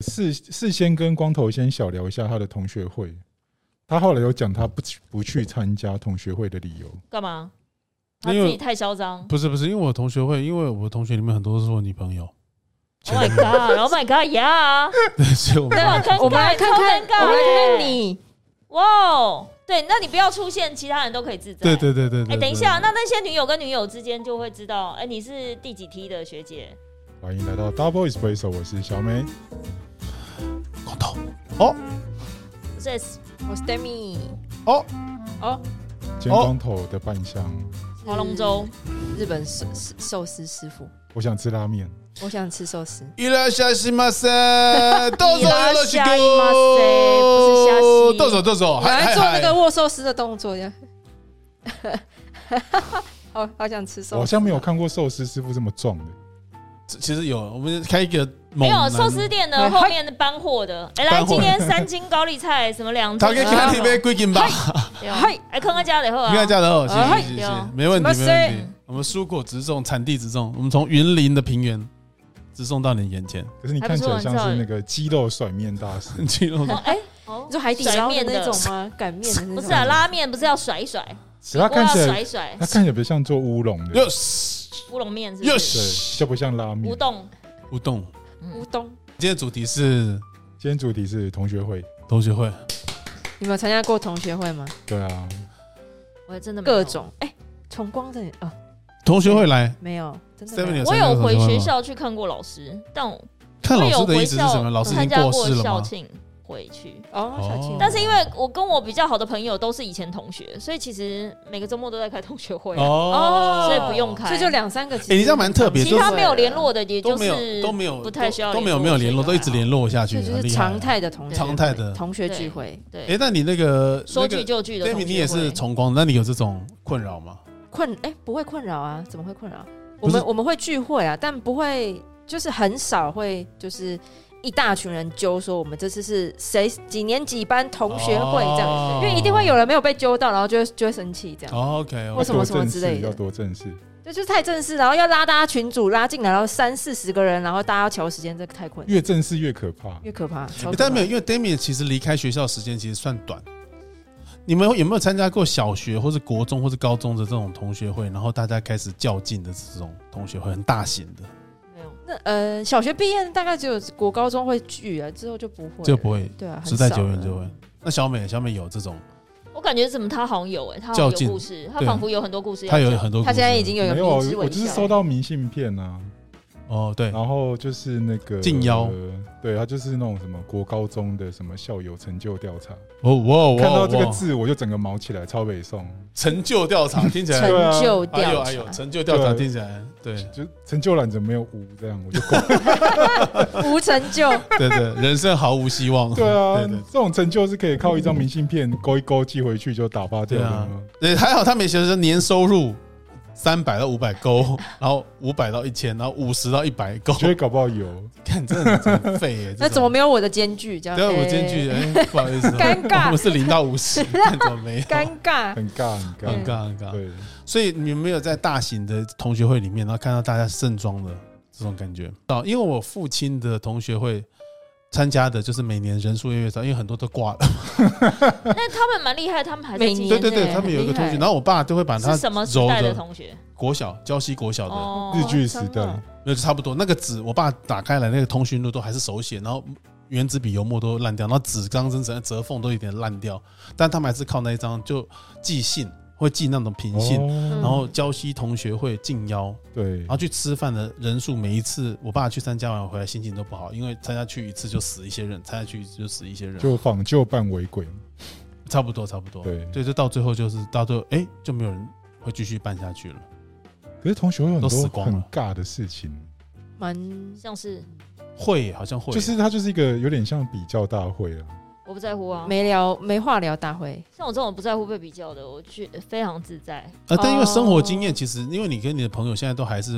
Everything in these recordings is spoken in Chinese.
事事先跟光头先小聊一下他的同学会，他后来有讲他不去不去参加同学会的理由。干嘛？他因为自己太嚣张。不是不是，因为我同学会，因为我同学里面很多都是我女朋友， Oh my god！Oh my god！Yeah！对，所以我对，啊好们尴尬，我们来看超看，尴尬我们来看欸看你，哇哦，对，那你不要出现，其他人都可以自在。对对对对对。哎、等一对下，那那些女友跟女友之间就会知道，哎、你是第几梯的学姐？欢迎来到 Double Espresso，我是小美。光头我是 S，我是 Demi，哦，哦今天光头的扮相，划龙舟，嗯日本寿寿寿司师傅，我想吃拉面。我想吃寿司。伊拉夏西 马塞，动手いら有っ了しゃいませ不是夏西动手动手，我来还做那个握寿司的动作呀， 好好想吃我寿好司。像没有看过寿司师傅这么壮的。其实有，我们开一个没猛有男寿司，店的哎后面搬货的。哎、来，搬货今天三斤高丽菜，什么两斤他？给哦看哎你杯归金吧，对哦哎，坑个家里后啊你，看价格好，哎哦谢谢谢谢有，没问题什没么事问题。我们蔬果直送，产地直送，我们从云林的平原直送到你眼前， 可是你看起来像是那个鸡肉甩面大嗯师。肌肉 哦哎、哦你说海底甩捞的面那的种吗？擀面的那种？不是啊，拉面不是要甩一甩，只要我要看起甩来，一甩他看起来比较像做乌龙呃的，又死乌龙面是不又是？对，死就不像嗯拉面无。冻，不动。乌冬。今天主题是今天主题是同学会。同学会，你们有参加过同学会吗？对啊，我真的没有各。种哎，崇光的哦，同学会来。没有，真的 Seven 没嗯有有我参加有过回同学会吗，校去看过老师，但我看老有师的回意思是校什么？老师已参经加过过世了校吗？庆回去，哦，小青哦，但是因为我跟我比较好的朋友都是以前同学，所以其实每个周末都在开同学会啊、哦所以不用开，所以就两三个。哎，你这样蛮特别，其就他是没有联络的，也都就没有是都没有不太需要都联络没有没有联络，都一直联络下去，这就很是厉害常态的同学常态的。同学聚会，哎，对，那你那个说句就句的同学 David，会。你也是重光，那你有这种困扰吗？困哎、不会困扰啊，怎么会困扰？我不是们我们会聚会啊，但不会就是很少会就是一大群人揪说我们这次是谁几年几班同学会这样，哦因为一定会有人没有被揪到，然后就会就会生气这样，哦 OK，为要什么多什么正之类式，的要多正式。这就是太正式，然后要拉大家群组拉进来，然后三四十个人，然后大家要调时间，这个太困，越正式越可怕。越可怕。超可怕哎但没有，因为 Damian 其实离开学校时间其实算短。你们有没有参加过小学或是国中或是高中的这种同学会，然后大家开始较劲的这种同学会，很大型的没有那呃，小学毕业大概只有国高中会聚啊，之后就不会了就不会，对啊，很时代少久远了就会。那小美，小美有这种，我感觉怎么他好像有哎、他好像较劲有故事，他对仿佛有很多故事要她讲。有很多故事。他现在已经有一个没有，迷之我微就是笑收到明信片啊，哦，对，然后就是那个近腰呃对他就是那种什么国高中的什么校友成就调查，哦哇哇，看到这个哇字我就整个毛起来，超北宋，成就调查，听起 来对啊成就哎呦调哎呦，查，成就调查对听起来，对就成就栏怎么没有五这样，我就过 无成就。对对，人生毫无希望。对啊， 对对这种成就是可以靠一张明信片勾一勾寄回去就打发掉对的啊吗， 对，还好他没写说年收入三百到五百勾，然后五百到一千，然后五十到一百勾我，觉得搞不好有，看真的很废耶。 那怎么没有我的间距？这样，对啊，我哎今天去，哎，不好意思哦，尴尬 我们是零到五 十，看怎么没有，尴尬。很尬很尬，尴尬尴尬。对，啊所以你们没有在大型的同学会里面，然后看到大家盛装的这种感觉哦，因为我父亲的同学会参加的，就是每年人数越来越少，因为很多都挂了。那他们蛮厉害，他们还在每纪 年对念对对，欸他们有一个很厉同学，害然后我爸就会把他是什么时揉代的着同学？国小、礁西国小的，哦日剧时代好香哦那就差不多。那个纸，我爸打开来，那个通讯录都还是手写，然后原子笔、油墨都烂掉，然后纸张真整折缝都有点烂掉，但他们还是靠那一张就寄信，会寄那种平信，哦然后胶西同学会敬邀，对然后，去吃饭的人数，每一次我爸去参加完回来心情都不好，因为参加去一次就死一些人，参加去一次就死一些人，就仿旧扮为鬼，差不多差不多。对对，哦就到最后就是到最后，哎、就没有人会继续办下去了。可是同学会有很都死多光了很尬的事情。蛮像是会好像会就是它就是一个有点像比较大会啊，我不在乎啊，没聊没话聊大会，像我这种不在乎被比较的，我去非常自在。啊，但因为生哦活经验，其实因为你跟你的朋友现在都还是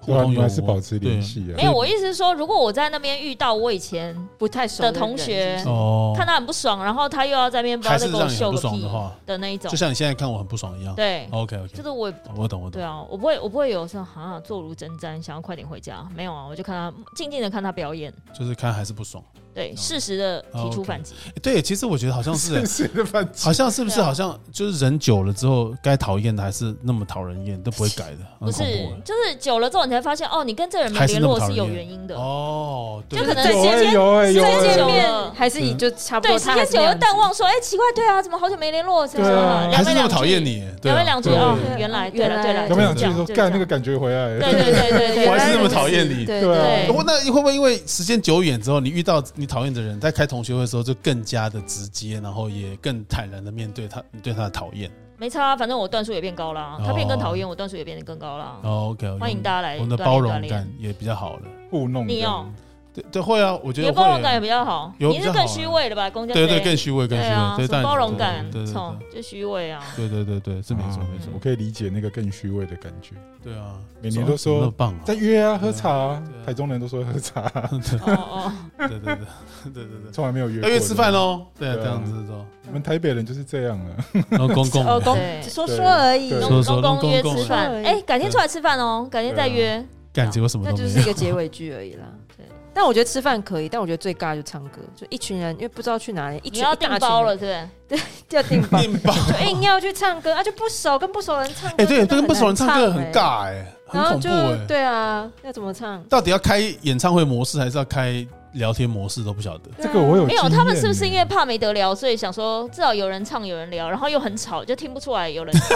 互对啊，动你们有无，还是保持联系啊。没有，我意思是说，如果我在那边遇到我以前不太熟的同学人哦，嗯看他很不爽，然后他又要在那边不要还再是给让我你很秀不个爽屁的话，的那一种就。像你现在看我很不爽一样。对， OK OK，就是我也我懂我对懂。啊，我不会，我不会有时候好像坐如针毡，想要快点回家。没有啊，我就看他静静的看他表演。就是看还是不爽，对适时的哦提出反击。对，其实我觉得 好像是、是谁的饭吃好？像是不是？对啊好像就是人久了之后，该讨厌的还是那么讨人厌，都不会改的，不很恐是怖，欸就是久了之后你才发现，哦，你跟这个人没还是联那么络讨是人有厌原因的。哦，对，就可能有时哎、间有哎、有时哎、间见久了面还是以就差不对，多，时间久了淡忘说，哎、奇怪，对啊，怎么好久没联络？什么什对啊么，还两杯是那么两句讨厌，你，对两杯啊，两句对哦对，原来，对原了，来对了，有没有就就是这想样说就是干那个这样感觉回来了？对对对对对，我还是那么讨厌对你。对啊对我那会不会因为时间久远之后，你遇到你讨厌的人，在开同学会的时候就更加的直接，然后也更坦然的面对他，你对他的讨厌。没差啊，反正我段数也变高啦，他变更哦讨厌，我段数也变得更高啦。哦，OK，欢迎大家来我们的锻炼包锻容炼感也比较好了。糊弄你这样哦对对，会啊，我觉你得的会包容感也比较好，有你比是较好啊更虚伪的吧？公交对对，费更虚伪，更虚对伪，啊，对，什么但包容感对，对操，就虚伪啊。对对对对，是没错啊没错我，可以理解那个更虚伪的感觉。对啊，每年都说哦怎么那么棒啊，在约啊，喝茶、对啊台中人都说喝茶、哦哦， 对对对对对对对，从来没有约 要过。约吃饭。喽，对啊，对这啊样子说，你们台北人就是这样了。然后公共哦，的公对说对说而已，对呃说农弄农公约公共吃饭，了哎，改天出来吃饭哦，改天再对啊约。感觉我什么那都就没是一有，个结尾句而已啦。对对，但我觉得吃饭可以，但我觉得最尬就唱歌，就一群人，因为不知道去哪里，你一群要一大订群包了，人是不是？要订包，面 包。就硬要去唱歌，啊，就不熟，跟不熟人唱歌，哎，对，这跟不熟人唱歌真的很难唱欸，尬哎，很然后恐就怖哎。对啊，要怎么唱？到底要开演唱会模式，还是要开聊天模式都不晓得。啊这个我有没经验有，耶他们是不是因为怕没得聊，所以想说至少有人唱有人聊，然后又很吵，就听不出来有人 唱，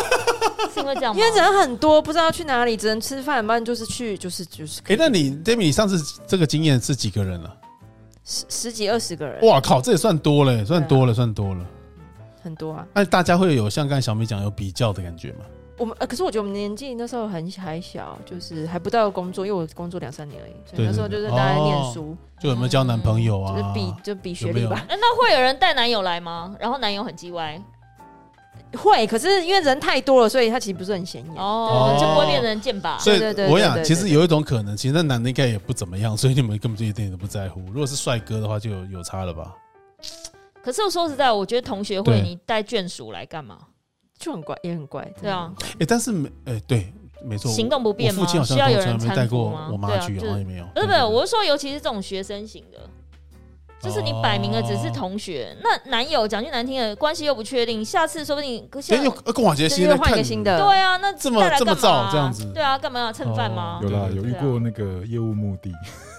是因为这样吗因？为人很多，不知道去哪里，只能吃饭，不然就是去就是就是哎，那你 d a m i 你上次这个经验是几个人啊？十十几二十个人，哇靠，这也算多啊了，算多了，算多了。很多啊。那大家会有像刚才小米讲有比较的感觉吗？我们呃，可是我觉得我们年纪那时候很还小，就是还不到工作，因为我工作两三年而已，所对以那时候对就对是大家哦念书，就有没有交男朋友就是啊？比就比学有没历有吧。哎那那会有人带男友来吗？然后男友很叽歪会，可是因为人太多了，所以他其实不是很显眼。哦哦，就不会变成剑拔。所以对对对我想对，对其实有一种可能，其实那男的应该也不怎么样， 所以你们根本就一点都不在乎。如果是帅哥的话，就有有差了吧？可是我说实在，我觉得同学会对你带眷属来干嘛？就很怪，也很怪，对啊，哎、但是没，哎、对，没错，行动不便我吗父亲好像需要都有从来人没带搀扶过吗我妈对啊去，就好像也没有。不是不对是，对对我是说，尤其是这种学生型的，就是你摆明了只哦是同学，那男友讲句难听的，关系又不确定，下次说不定哎、现又在呃跟我姐就是新又的换一看个 新的，对啊，那这么带来这么干嘛啊燥这样子对啊，干嘛要蹭饭吗？有啦，对对有对遇过那个业务目的，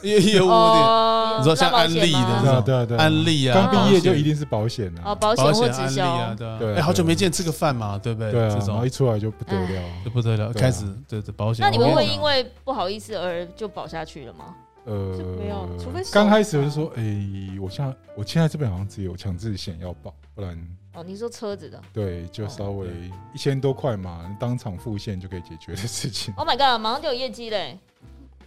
业业务的，哦你说像那保安险利的吗对这种啊，对啊，对啊。安利啊，刚毕业就保险一定是保险哦，啊，保险保或险直安利销，啊，对啊，对啊哎，好久对啊没见吃个饭嘛，对不对？对啊这，然后种一出来就不得了。这不得了，对啊开始对对保险。那你们我跟会讲因为不好意思而就保下去了吗？就没有除非呃，手刚开始我就说，哎，我现在我现在这边好像只有强制险要保，不然哦，你说车子的对就哦稍微一千多块嘛，当场付现就可以解决的事情，哦，Oh my god，马上就有业绩嘞。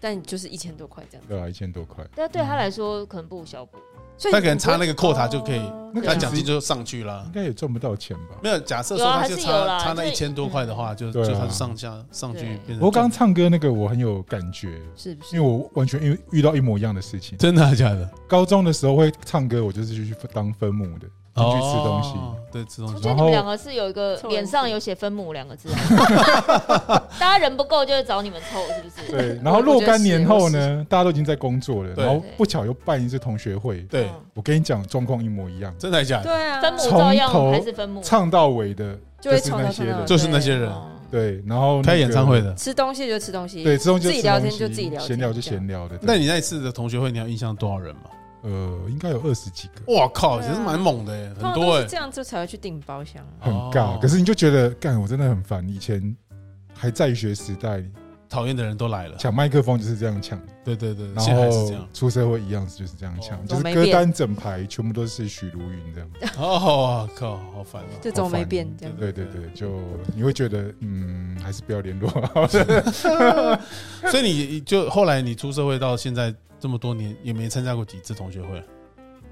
但就是一千多块这样，对啊，一千多块。但对他来说可能不无小补。所以他可能插那个扣塔就可以，哦那他个奖其金实就上去了应。该也赚不到钱吧？没有，假设有说啊他还就是差有啦差那就是一千多嗯块的话，就对啊就他就上下上去对变成。不过刚刚唱歌那个我很有感觉，是不是？因为我完全遇遇到一模一样的事情。真的还假的？高中的时候会唱歌，我就是去当分母的，进去吃东西。哦，对，吃我觉东西得然你后们两个是有一个凑人数脸上有写分母两个字 啊，大家人不够就会找你们凑，是不是？对，然后若干年后我呢，大家都已经在工作了，对然后不巧又办一次同学会。对，嗯我跟你讲，状况一模一样，真的还假的？对啊，分母从照样头还是分母。唱到尾的嗯就会是从那头些唱到人尾，就是那些人哦对，然后那个开演唱会，的。吃东西就吃东西，对，之后就自己聊天吃就东西自己聊天闲聊就闲聊的。那对你那一次的同学会，你要印象多少人吗？呃，应该有二十几个，哇靠，对也啊是蛮猛的耶，通常很都多是欸哎。这样就才会去订包厢啊。很哦尬。可是你就觉得，干，我真的很烦。以前还在学时代，讨厌的人都来了。抢麦克风就是这样抢，对对对，现然在还哦是这啊后样。出社会一样就是这样抢哦，就是没歌变单整排全部都是许茹芸这样。哦靠，好烦哦。就怎么没变好烦这样？对对对，就你会觉得，嗯，还是不要联络好了。所以你就后来你出社会到现在这么多年，也没参加过几次同学会。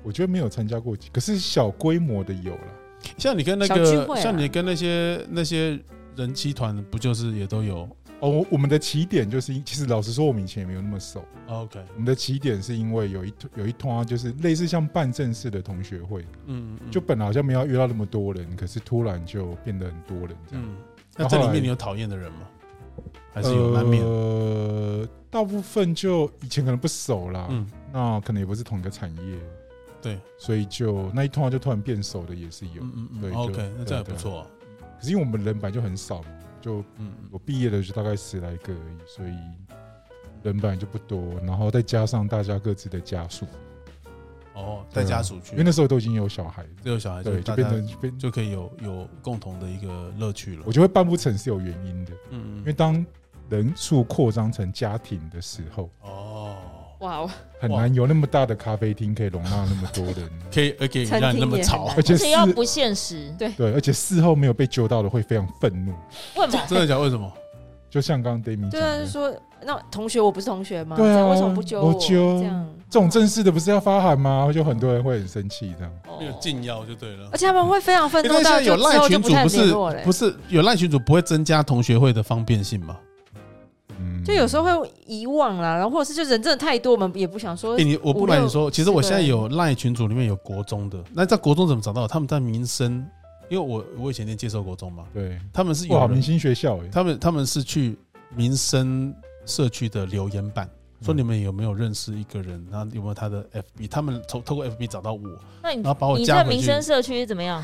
我觉得没有参加过几，可是小规模的有了。像你跟那小聚个，会啊像你跟那些那些人妻团，不就是也都有哦，我我们的起点就是因，其实老实说，我们以前也没有那么熟。 ？OK，我们的起点是因为有一有一通啊，就是类似像办正式的同学会，嗯，嗯就本来好像没有约到那么多人，可是突然就变得很多人这样。嗯，那这里面你有讨厌的人吗？还是有难免？呃呃，大部分就以前可能不熟啦，嗯，那可能也不是同一个产业，对，所以就那一通话就突然变熟的也是有。嗯嗯对嗯就，OK，那这对样也不对错啊，可是因为我们人本来就很少嘛，就嗯嗯我毕业的就大概十来个而已，所以人本来就不多，然后再加上大家各自的家属，哦，对带啊家属去，因为那时候都已经有小孩了，只有小孩就对，就大变家成变，就可以有有共同的一个乐趣了我。觉得办不成是有原因的，嗯因为嗯，当人数扩张成家庭的时候，哦，哇哦，很哇难有那么大的咖啡厅可以容纳那么多人，可以，而且餐让你那厅么也很吵难，而且而事且要不现实，对对，而且事后没有被揪到的会非常愤怒，为什么？ 真的假的？为什么？就像刚刚 Demi 讲对啊，就的，说那同学我不是同学吗？对啊这样为什么不揪我？我揪这样这种正式的不是要发函吗？就很多人会很生气这样。哦那个禁药就对了而。且他们会非常愤因怒为现到在有就之赖后就群不主太不联是络了欸不。是有赖群主不会增加同学会的方便性吗？嗯，就有时候会遗忘啦，然后或者是就人真的太多，我们也不想说哎、。你我不瞒你说，其实我现在这个有赖群组里面有国中的，那在国中怎么找到？他们在民生，因为我我以前念接受国中嘛，对，他们是有哇，人明星学校哎，他们他们是去民生社区的留言板。说嗯你们有没有认识一个人？然后有没有他的 FB？他们透透过 FB 找到我，哦那你然后把我嗯你加在回民去。哦生社区怎么样？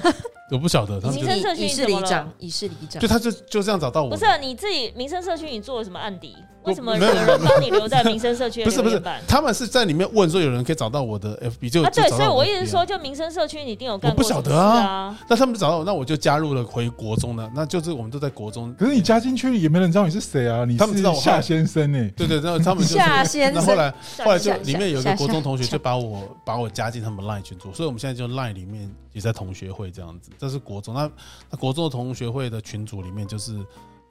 我不晓得，他已民们就生社区已是怎么里了长，已是里长就，他就就这样找到我。不是啊你自己民生社区，你做了什么案底？我为什么没有有人帮你留在民生社区不的是不留是言板？他们是在里面问说有人可以找到我的 FB，就啊，就对，找所以到我的一直 FB 啊说，就民生社区你一定有干我过不什么晓得事啊啊。那他们找到我，那我就加入了回国中的，那就是我们都在国中。可是你加进去也没人知道你是谁啊，你他们知道是我夏先生哎，对对，然后他们就是夏先那生后来啊后来就夏里面有一个夏国中同学夏就把我把我加进他们 LINE 群组，所以我们现在就 LINE 里面也在同学会这样子。这是国中，那那国中的同学会的群组里面就是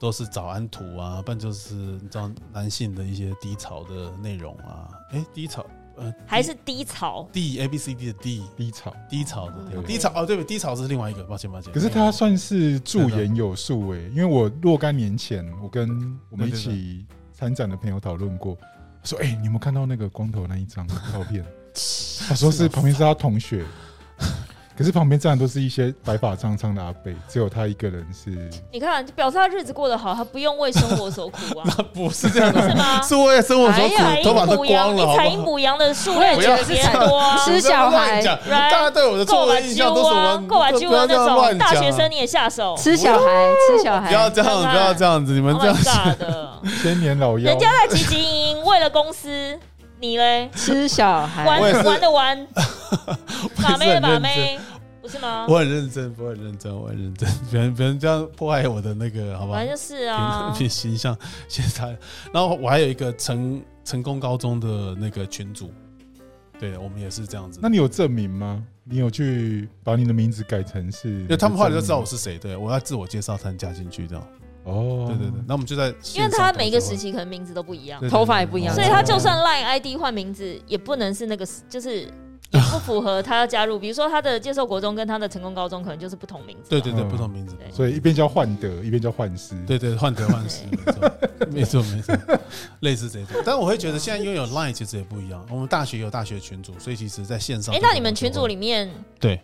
都是早安图啊，不然就是你知道男性的一些低潮的内容啊。哎，低潮呃还是低潮， D A B C D 的 D 低潮。低潮的对低潮哦，对不对？低潮是另外一个，抱歉抱歉。嗯可是他算是驻颜有术哎，因为我若干年前，我跟我们一嗯对起参展的朋友讨论过，说哎，你有没有看到那个光头那一张照 片？他说是旁边是他同啊学， 可是旁边站的都是一些白发苍苍的阿伯，只有他一个人 是。你看，表示他日子过得好，他不用为生活所苦啊， 不是这样不的，是吗？是为了生活所哎苦呀采，头发阴补都光阳，了，你好采不阴好？补阳的数量我绝也觉对得比别是人采多啊。吃小孩大家对我的错够误把印象揪都是我啊，们够把揪啊那不要这样种乱讲大啊学生你也下手，吃小孩，吃小孩，不要这样，看看不要这样子，你们 Oh 这样 my 子， god 的，千年老妖人，家在汲汲营营，为了公司，你嘞吃小孩玩我，也是玩的玩，把妹的把认真妹，不是吗？我很认真，我很认真，我很认真，别人别人这样破坏我的那个，好吧反，正就是平啊，平形象，谢谢大家。然后我还有一个成成功高中的那个群主，对我们也是这样子那。你有证明吗？你有去把你的名字改成是？因因为他们后来就知道我是谁，对我要自我介绍才能加进去，这样。哦，对对对，那我们就在因为他每一个时期可能名字都不一样，对，对头发也不一样所以他就对算 Line ID 换名字，也不能是那个，就是也不符合他要加入。比如说他的接受国中跟他的成功高中可能就是不同名字。对对对，嗯不同名字。对所以一边叫患得，一边叫患失。对对，患得患失，没错没错没错，类似这种。但我会觉得现在拥有 Line 其实也不一样，我们大学有大学群组，所以其实在线上哎、就会。那你们群组里面对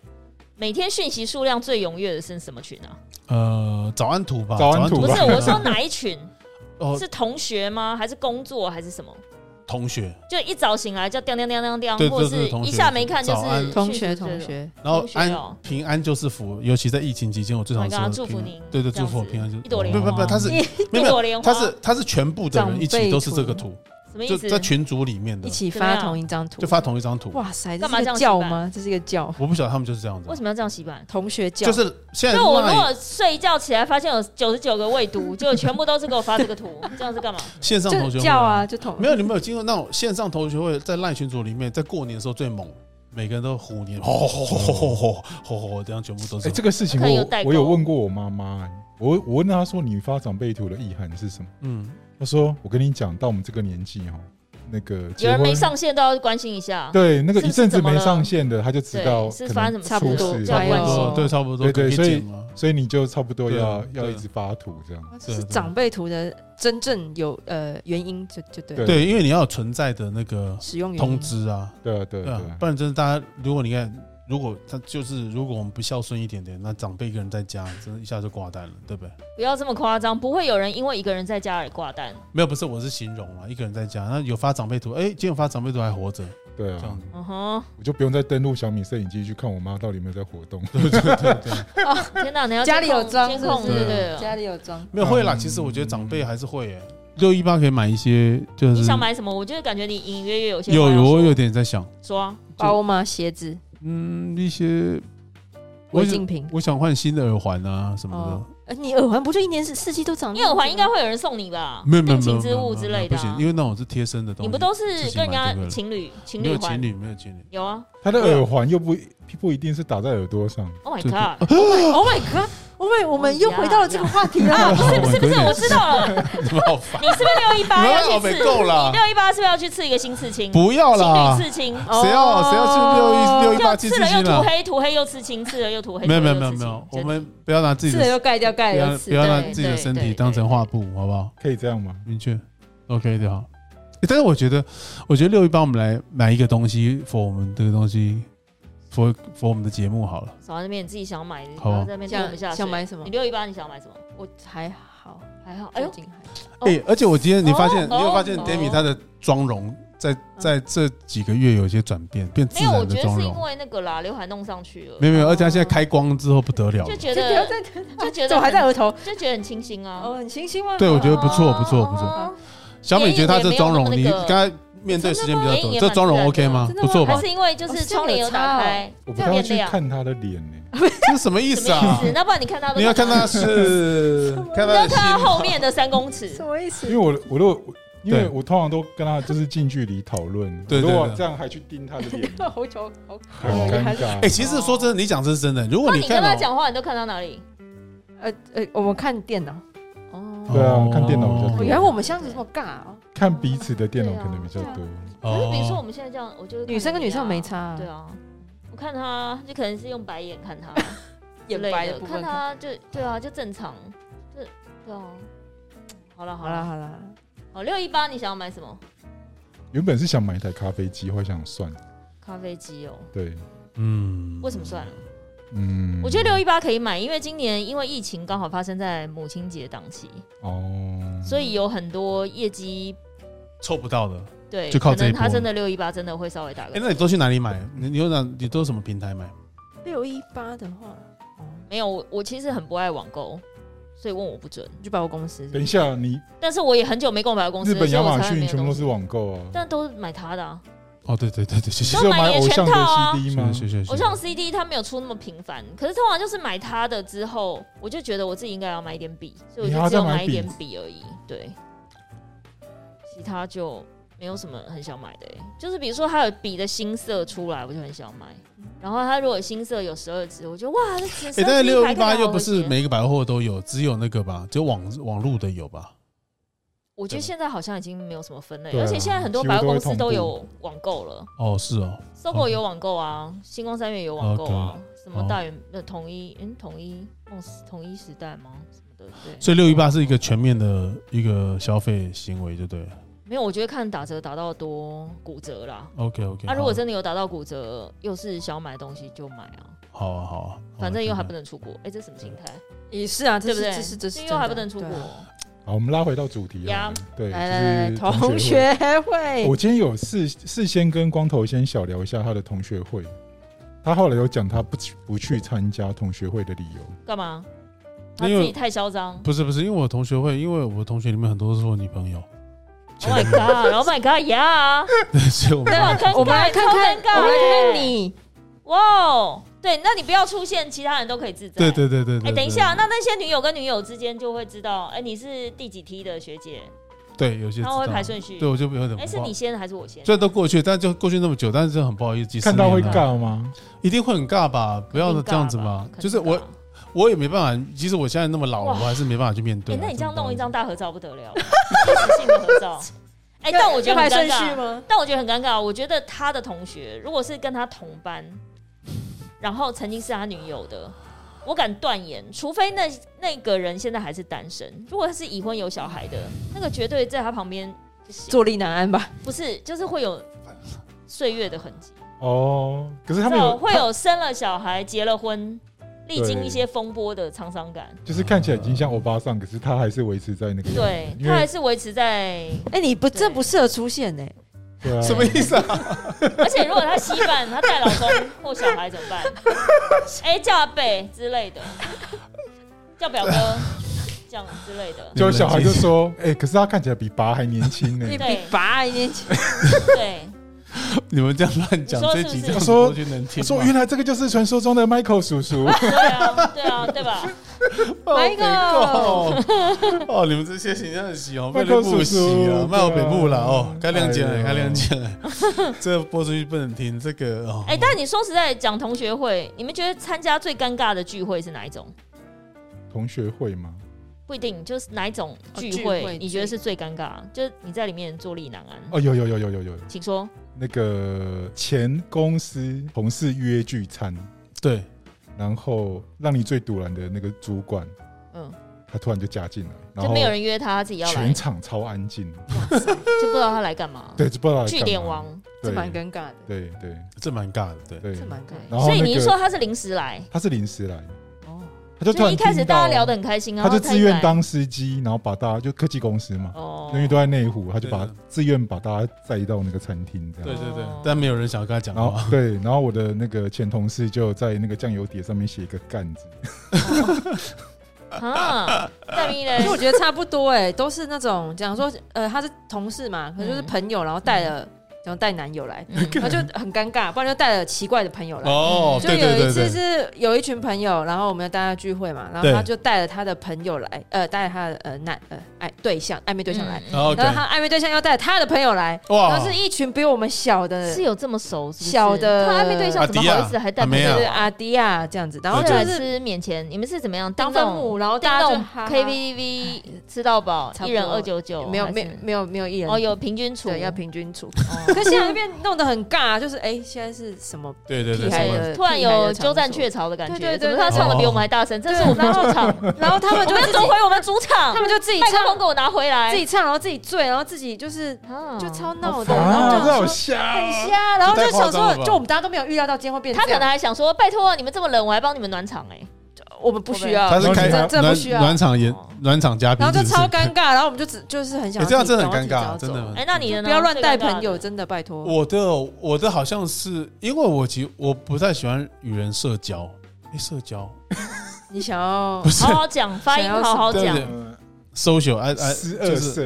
每天讯息数量最踊跃的是什么群啊？呃早安图吧，早安图不吧是，我说哪一群？哦是同学吗？还是工作？还是什么？同学，就一早醒来叫叮叮叮叮对叮，对或者是对同学一下没看就早安是同讯息学这种同。学，然后同学安哦平安就是福，尤其在疫情期间，我最 Oh 常 my 说 god，的祝平福安您，对对，这样祝福我子平安就一朵不莲不花，不不，他是一 一没有没朵有莲花，他是他是全部的人一起都是这个图，什么意就思？在群组里面的一，起怎么发样同一张图，就发同一张图。哇塞，这干是嘛一这样子个教办吗？这是一个教，我不晓得他们就是这样子为，什么要这样洗版？同学就教，是 现在就我如 Line 果睡一觉起来发现有九十九个未 读，结果全部都是给我发这个图，这样是干嘛？线上同学就会教啊，就同没有，你们有经过那种线上同学会，在赖群组里面，在过年的时候最猛，每个人都虎年，吼吼吼吼吼吼吼吼吼，这样全部都哎、是。这个事情可能有我代沟我有问过我妈妈、哎我我问她说你发长辈图的意涵是什么？嗯，她说我跟你讲，到我们这个年纪哦，那个结有人婚没上线都要关心一下，对那个是一阵子怎么没了上线的，她就知道对，是发生什可能么事差不多出事这样哎关呦心。对，差不多对对可以所以剪吗？所以你就差不多对啊要对啊要一直发图这样。这对是对长辈图的真正有呃原因，就就对了，对对，因为你要有存在的那个使用原因通知啊，对啊，对对啊，啊对，啊不然真的大家，如果你看，如果他就是如果我们不孝顺一点点，那长辈一个人在家，真的一下就挂单了，对不对？不要这么夸张，不会有人因为一个人在家而挂单。没有，不是，我是形容啊，一个人在家，那有发长辈图，哎，今天有发长辈图还活着，对对这啊样，子。嗯 哼，我就不用再登录小米摄影机去看我妈到底有没有在活 动。天哪，你要家里有监控装监是不控，是对对对对。家里有装，没有会啦，嗯其实我觉得长辈还是会耶。六一八可以买一些，就是你想买什么？我就是感觉你隐隐约约有些有话要嗯有说我有点在想，说啊，包吗？鞋子、嗯，一些我违想禁品。我想换新的耳环啊什么哦，呃你耳环不就一年四四季都长那你样子吗？耳环应该会有人送你吧的，？没有没有定没有情之物之类不的行啊，，因为那种是贴身的东西，你不都是跟人家自己买就对了情侣情没侣有环情？侣没有情侣，有啊她的耳环又不不一定是打在耳朵上， ，Oh my 对对 god！ Oh my god！Oh my，我们又回到了这个话题 了。不是 不是不是， Oh my 我知道了，怎么好 烦？你是不是六一八们要老去没刺？够啦你，六一八是不是要去刺一个新刺青？不要啦情侣，刺青，谁要谁要去六一六一八就七刺七了七又涂啦？黑，涂黑又刺青，刺了又涂黑，没有涂没黑有又没有刺没青有，我真的们不要拿自己刺了的又盖掉，盖不了要又刺，不要拿对自己的对身对体当成对画布，好不好？可以这样吗？明确，OK 的哈。欸但是我觉得，我觉得六一八我们来买一个东西，for 我们这个东西，for for 我们的节目好了。少在那边你自己想买的，不好啊要在那边听我们下想水想买什么你六一八你想买什么？我还好，还好，哎哎呦呦，，哦哎、而且我今天你发现，哦你有发现哦嗯 Demi 她的妆容在在这几个月有一些转变，变自没有，我然的觉得妆是因容。为那个啦，刘海弄上去了，没有没有，而且她现在开光之后不得了就了。觉就不要得再就 觉怎得么还在很额头？就觉得很清新啊哦，。很清新吗？对，我觉得不错不错不错。哦小美觉得她这妆容，眼你影也没有那么那刚个才面对时间比较真的多，吗这妆容 OK 吗眼影也蛮自然？的不错还吧？是因为就是窗帘有打开，我不这太样啊会变去亮，看她的脸呢、这是什么意什思么啊意？思？那不然你看他都你要看她是你看她要的看心他后面的三公尺什，么意思因为？我我如果因对为我通常都跟她就是近距离讨论，对对如对果这样还去盯她的 脸，好丑，好很有遗尴憾尬。哎、其实说真的，你讲这是真的。如果那你你跟看他哦讲话，你都看到哪里？呃呃，我们看电脑，哦，对啊，看电脑比较哦哦多，原来我们相处这么尬哦。看彼此的电脑可能比较多。哦可是比如说我们现在这样，我就是看女生跟你啊女生没差啊对啊，我看他就可能是用白眼看 他，啊眼白的部看分。他就对啊，就正常，就对啊。好了好好啦了，好啦，好六一八，你想要买什么？原本是想买一台咖啡机，后来想算，咖啡机哦，对，嗯为什么算了？嗯，我觉得六一八可以买，因为今年因为疫情刚好发生在母亲节档期，嗯哦，所以有很多业绩凑不到的？对，就靠可这一能波他真的六一八真的会稍微打哎、个折。那你都去哪里买？你你有哪？你都什么平台买？六一八的话，哦，没有，我我其实很不爱网购，所以问我不准。你去百货公司。等一下，你但是我也很久没购买公司，日本所亚以我马才会没逊有全部都东西是网购啊，但都买他的、啊。哦，对对对对，其谢谢。实有买偶像的 CD 吗谢？谢谢谢。偶像 CD 他没有出那么频繁，可是通常就是买他的之后，我就觉得我自己应该要买一点笔，所以你我还要就只有再买买一笔点笔而已。对，其他就没有什么很想买的、欸，就是比如说它有笔的新色出来，我就很想买。然后它如果新色有十二支，我觉得哇，这十哎、但支是六牌看一起来八好又不和是谐每个百货都有，只有那个吧，只有网网路的有吧？我觉得现在好像已经没有什么分类，对啊而且现在很多几乎百都货公会司同都步有网购了，哦，是哦，搜狗有网购啊，星光三月有网购啊，什么大元呃统一嗯统一梦时统一时代吗？什么的对，所以六一八是一个全面的一个消费行为，就对了。没有，我觉得看打折打到多骨折啦。 OK OK、啊，如果真的有打到骨折，又是想买东西就买啊，好啊好啊，反正又还不能。能出国，哎，这什么心态？也是啊，对这不是对？这是这是因真为的还不能出国对啊，好，我们拉回到主题呀啊，对，来来就来，是同会。学会我，今天有事事先跟光头先小聊一下他的同学会，他后来有讲他不去不去参加同学会的理由，干嘛？他因为自己太嚣张不是不是，因为我同学会，因为我同学里面很多都是我女朋友， ！Oh my god！Oh my god！呀、对，所以我们对啊，尴尬，我们来看看，超尴尬我们来看欸看你，哇哦，对，那你不要出现，其他人都可以自在。对对对对对。哎、等一对下，，那那些女友跟女友之间就会知道，哎、你是第几梯的学姐，对有些他们会知道排顺序。对，我就有点哎、不是好你先还是我先？虽然都过去，但就过去那么久，但是就很不好意思。看到会几十年了，尬吗？一定会很尬吧？不要肯定这样子尬嘛吧。就是肯定我尬，我也没办法。即使我现在那么老哇了，我还是没办法去面哎、对啊。那你这样弄一张真的大合照不得了， 历史性的合照。 哎、但我觉得要排很尴顺序尬，吗？但我觉得很尴尬。我觉得他的同学如果是跟他同班，然后曾经是他女友的，我敢断言，除非那那个人现在还是单身，如果他是已婚有小孩的，那个绝对在他旁边不行，坐立难安吧。不是就是会有岁月的痕迹。哦，可是他们这有会他有生了小孩、结了婚，历经一些风波的沧桑感。就是看起来已经像欧巴桑，可是他还是维持在那个样子对，因他还为是维持在哎，你不对这不适合出现呢，对啊，什么意思啊？ 而且如果她稀饭，她带老公或小孩怎么 办？哎、叫阿贝之类的，叫表哥这样之类的。就小孩就说：“哎、可是他看起来比爸还年轻 呢、你比对爸已经对，你们这样乱讲，你说是这不一集是这样子我说过去能听我吗？说：“原来这个就是传说中的 Michael 叔叔。 对啊，对啊，对吧？哦来一个北部哦，你 们这些形象的洗哦，被麦克人不叔洗叔啊，卖我北部了哦，该对啊谅解哎了，呦该谅解了， 这播出去不能听这个哦。哎、但你说实在讲同学会，你们觉得参加最尴尬的聚会是哪一种？”同学会吗？不一定，就是哪一种哦聚聚会，会你觉得是最尴尬？就是你在里面坐立难安。哦，有有有有有有，请说，那个前公司同事约聚餐，对，然后让你最堵然的那个主管，嗯，他突然就加进来，然就后没有人约他，他自己要来，全就场超安静， 不知道他来干嘛。对，就不知道来干嘛据点，王，这对蛮尴尬的，对对这蛮尬的，对，对这，蛮尴然对，后所以那你一个说他是临时来，他是临时来的，尬哦。他就突所然以一开始听到哦大家聊得很开心，然他后就自愿一来当司机，然后把大家就科技公司嘛，哦因为都在内湖，他就对把的自愿把大家载到那个餐厅这对啊样。对对哦，但没有人想要跟他讲然话，后对，然后我的那个前同事就在那个酱油碟上面写一个“干”字，啊，戴明 其实我嘞，觉得差不多哎、都是那种讲说，呃，他是同事嘛，可能就是朋友，然后带了，然后带男友来， 嗯然后就很尴尬，不然就带了奇怪的朋友来。哦，就对对有一对次对，是有一群朋友，然后我们大家聚会嘛，然后对他就带了他的朋友来，呃，带了他的呃男呃暧对象暧昧对象来， 啊嗯然后然后他暧昧对象要带他的朋友来，然哦哇后，是一群比我们小的，是有这么熟是不是小的他暧昧对象怎么好意阿迪思亚还啊带朋没友有对来阿迪亚这样子，然后然后就来是吃面前，你们是怎么样？当分分母，然后订大那家就种哈哈 KTV 吃到饱，差不多一人二九九，没有还是没有没有没有一人哦，有平均除对要平均除， 哦可现在那边弄得很尬，就是哎、现在是什 么？对对对，屁什孩么的突然屁孩有的场所鸠占鹊巢的感觉，对对对怎么他唱的比我们还大声？这是我们的主场，我然后他们就们要自己夺回我们主场他。们就自己麦克唱风，给我拿回来，自己唱，然后自己醉，然后自己就是啊就超闹的，然啊，后这好就想瞎说很啊哦。瞎，啊然后就想这太夸张了吧说，就我们大家都没有预料到今天会变成他这可样，能还想说，拜托你们这么冷，我还帮你们暖场哎、我们不需要，他是开这这不暖需要暖场演哦暖场嘉宾然是后不，就是超尴尬，然后我们就只就是很想哎要这样真的自己很尴赶快尬，自己真走的哎、。那你的呢不要乱带最尴尬的朋友，真的拜托。我的我的好像是因为我其实我不太喜欢与人社交，哦哎，社交你想要不是哦好好讲，发音好好对讲对。social，哎哎，十就二是色，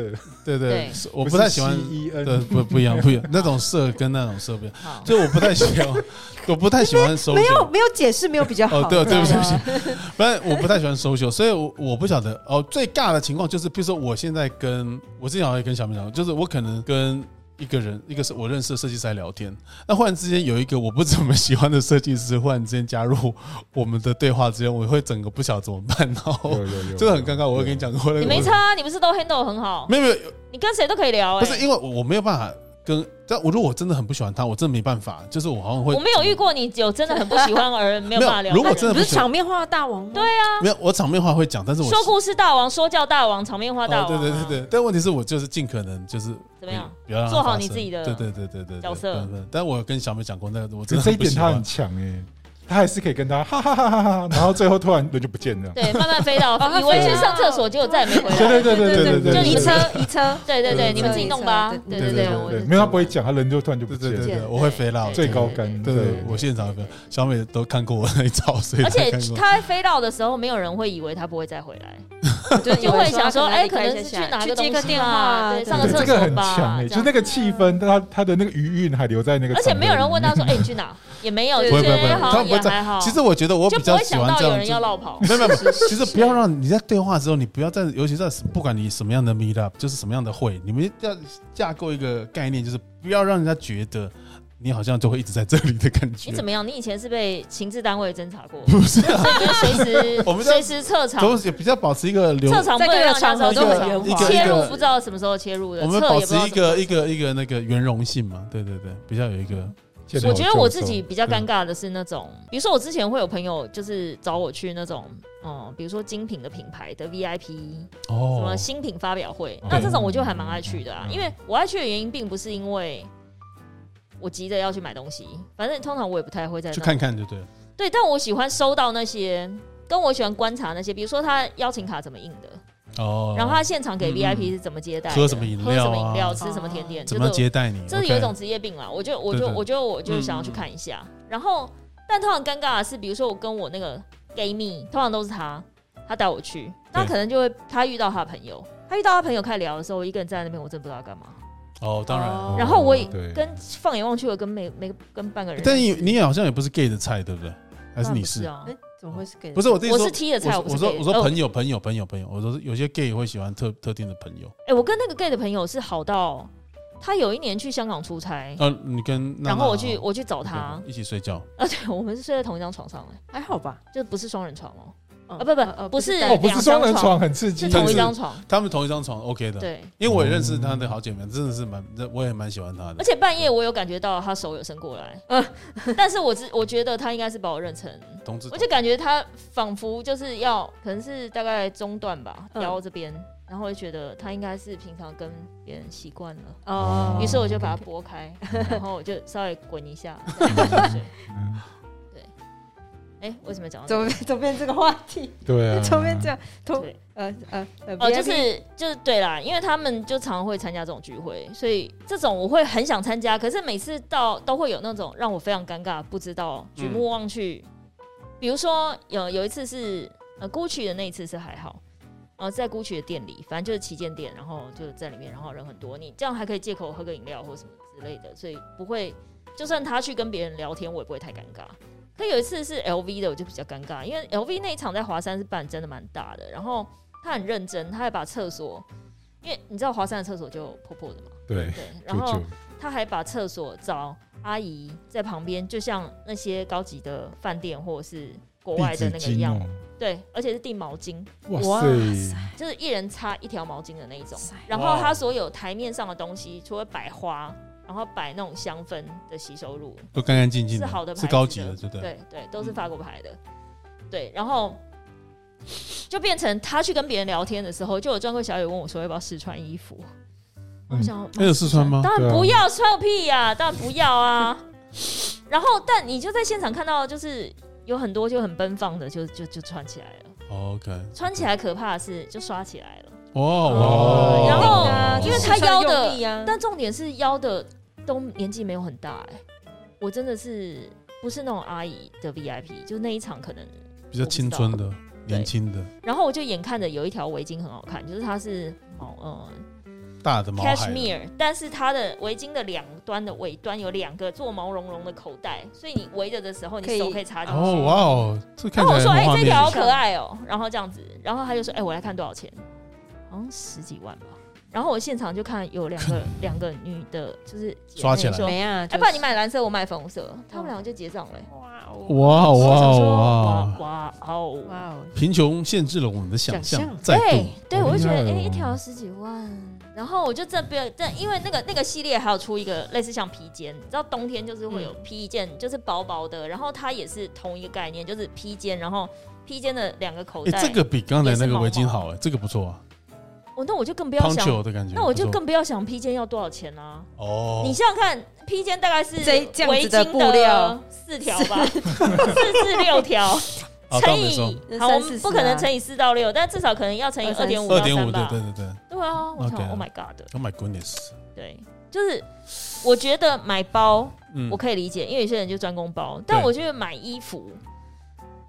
对对对，我不太喜欢，一对，不不一样，不一样，那种社跟那种社不一样，好，就我不太喜欢， 我不太喜欢 social，没有没有解释，没有比较好。哦，对，对不起，知道对不吗起，不然我不太喜欢 social，所以我我不晓得哦。最尬的情况就是，比如说我现在跟我之前好像也跟小明讲过，就是我可能跟一个人，一个是我认识的设计师在聊天，那忽然之间有一个我不怎么喜欢的设计师，忽然之间加入我们的对话之间，我会整个不晓得怎么办，然后有有有，这个很尴尬。我会跟你讲过，你没差，啊你不是都 handle 很好，没有没有，你跟谁都可以聊哎、不是因为我我没有办法跟，但我如果我真的很不喜欢他，我真的没办法，就是我好像会我没有遇过你有真的很不喜欢而没有没有办法聊的人。如果真的你不不是喜欢场面化大王吗？对没有我场面话会讲，但是我啊哎哦说故事大王、说教大王、场面话啊大王、对对对对，，但问题是我就是尽可能就是怎么样？不要让它做好发你生自己的对对对对对角色。对对对但我有跟小美讲过，那个我这真的这一不点喜他欢很强哎，他还是可以跟他哈哈哈哈哈，然后最后突然 人就不见了。对，慢慢飞 到哦，他以为飞去到上厕所，结果再也没回来。对对对对对就对，你移们车移车，对对对，对你们自己弄吧。对对对对，对对我对，是没有他不会讲，他人就突然就不对对见对了，对，对我会飞到最高对干。对对，我现场跟小美都看过我那一照，所以而且她看过他飞到的时候，没有人会以为他不会再回 来，就就会想说，哎，可能是去去拿去个东接西个啦电话，对，对上对厕这个所很强吧，哎，欸这就样那个气氛，他他的那个余韵还留在那个，而且没有人问他说，哎，你去哪？也没 有，对就不会觉不会不得会，好他像们不会也这还样好，其实我觉得我就比不较会喜想欢到这有样人要子。绕 跑。没有没有，其实不要让你在对话之后，你不要在，尤其在不管你什么样的 meet up，就是什么样的会，你们要架构一个概念，就是不要让人家觉得你好像就会一直在这里的感觉。你怎么样？你以前是被情治单位侦查 过，不是啊？所以就是随时我们这随样时撤场，都是比较保持一个流撤场不能在各让个场合人家都知很道圆一滑个，切入不知道什么时候切入的，我们撤保也不持知道一什么时候个一个一个那个圆融性嘛，对对对，比较有一嗯个见好我觉得我就自己比嗯较尴尬的是那种，比如说我之前会有朋友就是找我去那种，嗯，比如说精品的品牌的 VIP 什么哦，新品发表会，哦那这种我就还蛮爱去的啊，嗯因为我爱去的原因并不是因为我急着要去买东西，反正通常我也不太会在去那看看就对了。对，但我喜欢收到那些，跟我喜欢观察那些，比如说他邀请卡怎么印的，哦，然后他现场给嗯 VIP 是怎么接待的，喝什么饮喝什料啊哦么饮料，吃什么甜点，怎么样这个接待你？这是有一种职业病啦。我就我就对嗯对我就我就想要去看一下。然后，但通常尴尬的是，比如说我跟我那个 gay 蜜，通常都是他，他带我去，那对可能就会他遇到他的朋友，嗯他遇到他朋友开始聊的时候，我一个人站在那边，我真的不知道要干嘛。哦，当然。然后我也对跟放眼望去，我跟没没跟半个人，但你你也好像也不是 gay 的菜，对不对？当还是然你不是是？啊哎？，怎么会是给？不是我自己我说是 T 的菜，我不说是 gay 的我说呃朋友朋友朋友朋友，我说有些 gay 会喜欢特特定的朋友。哎、我跟那个 gay 的朋友是好到，他有一年去香港出差，呃，你跟娜然后娜我去哦我去找对他，一起睡觉，啊，对， 我们是睡在同一张床上、哎，还好吧？就不是双人床哦、啊啊，不不不是哦，不是双人床，很刺是激，同一张床，他们同一张床，OK 的。对，因为我也认识他的好姐妹，真的是蛮，我也蛮喜欢他而的。且半夜我有感觉到他手有伸过来，嗯， 但是我只我觉得他应该是把我认成。同志我就感觉他仿佛就是要，可能是大概中段吧，嗯腰这边，然后我就觉得他应该是平常跟别人习惯了，哦，于是我就把它 OK，OK 拨开， 然后我就稍微滚一下，嗯哎、为什么讲到这怎个么变怎么变这个话题？ 对啊，怎么变这样？同对呃呃呃哦，就 VIP 是就是对啦，因为他们就常会参加这种聚会，所以这种我会很想参加，可是每次到都会有那种让我非常尴尬，不知道举目望去。比如说有有一次是呃 GUCCI 的那一次是还好，呃在 GUCCI 的店里，反正就是旗舰店，然后就在里面，然后人很多，你这样还可以借口喝个饮料或什么之类的，所以不会，就算他去跟别人聊天，我也不会太尴尬。可有一次是 LV 的，我就比较尴尬，因为 LV 那一场在华山是办真的蛮大的，然后他很认真，他还把厕所，因为你知道华山的厕所就破破的嘛，对，对，然就后就他还把厕所找阿姨在旁边，就像那些高级的饭店或者是国外递纸的那个一巾样，哦，对，而且是递毛巾，哇哇塞，就是一人擦一条毛巾的那一种塞。然哇后他所有台面上的东西，除了摆花，然后摆那种香氛的吸收露，都干干净净是的，好的牌子是高级的，对不对？对对，都是法国牌的，对，然后。就变成他去跟别人聊天的时候，就有专柜小姐问我说要不要试穿衣服，我嗯想妈那有试穿吗？当对然啊不要，穿个屁呀、当然不要啊。然后，但你就在现场看到，就是有很多就很奔放的，就就就穿起来了。 OK，穿起来可怕的是，就刷起来了。哇哦，然后啊因为就是他需要腰的用力啊但重点是腰的都年纪没有很大哎、我真的是不是那种阿姨的 VIP，就那一场可能。比较青春的、对年轻的、然后我就眼看着有一条围巾很好看，就是它是毛嗯大的毛海的， cashmere，但是它的围巾的两端的尾端有两个做毛茸茸的口袋，所以你围着的时候，你可以手可以插进去。哦哇哦，这看然起后我说：“来很哎、有画这面条好可爱哦、然后这样子，然后他就说：“哎、我来看多少钱？好像十几万吧。”然后我现场就看有两 个两个女的，就是姐妹刷起来说：“哎、没啊？不然你买蓝色，我买粉红色。”他们两个就结账了、欸。哇哦哇我想哇说哇！哇哇哦！哇哦，贫穷限制了我们的想想象，象再度对对，我就觉得好厉哎、害哦一条十几万，然后我就这边这因为那个那个系列还有出一个类似像披肩，你知道冬天就是会有嗯披一件，就是薄薄的，然后它也是同一个概念，就是披肩，然后披肩的两个口哎、袋。这个比刚才那个围巾也是毛毛好哎、这个不错啊，我哦那我就更不要乓想球的感觉。那我就不错更不要想披肩要多少钱啊！哦，你想想看，披肩大概是这这样围子巾的布料四条吧，四至六 条啊乘倒没以错好，我三四们十不可能啊乘以四到六，但至少可能要乘以二二点五二到点三五的，吧对。对对对啊，我想 OK ，Oh my God， ，Oh my goodness，对，就是我觉得买包嗯我可以理解，因为有些人就专攻包，但对我觉得买衣服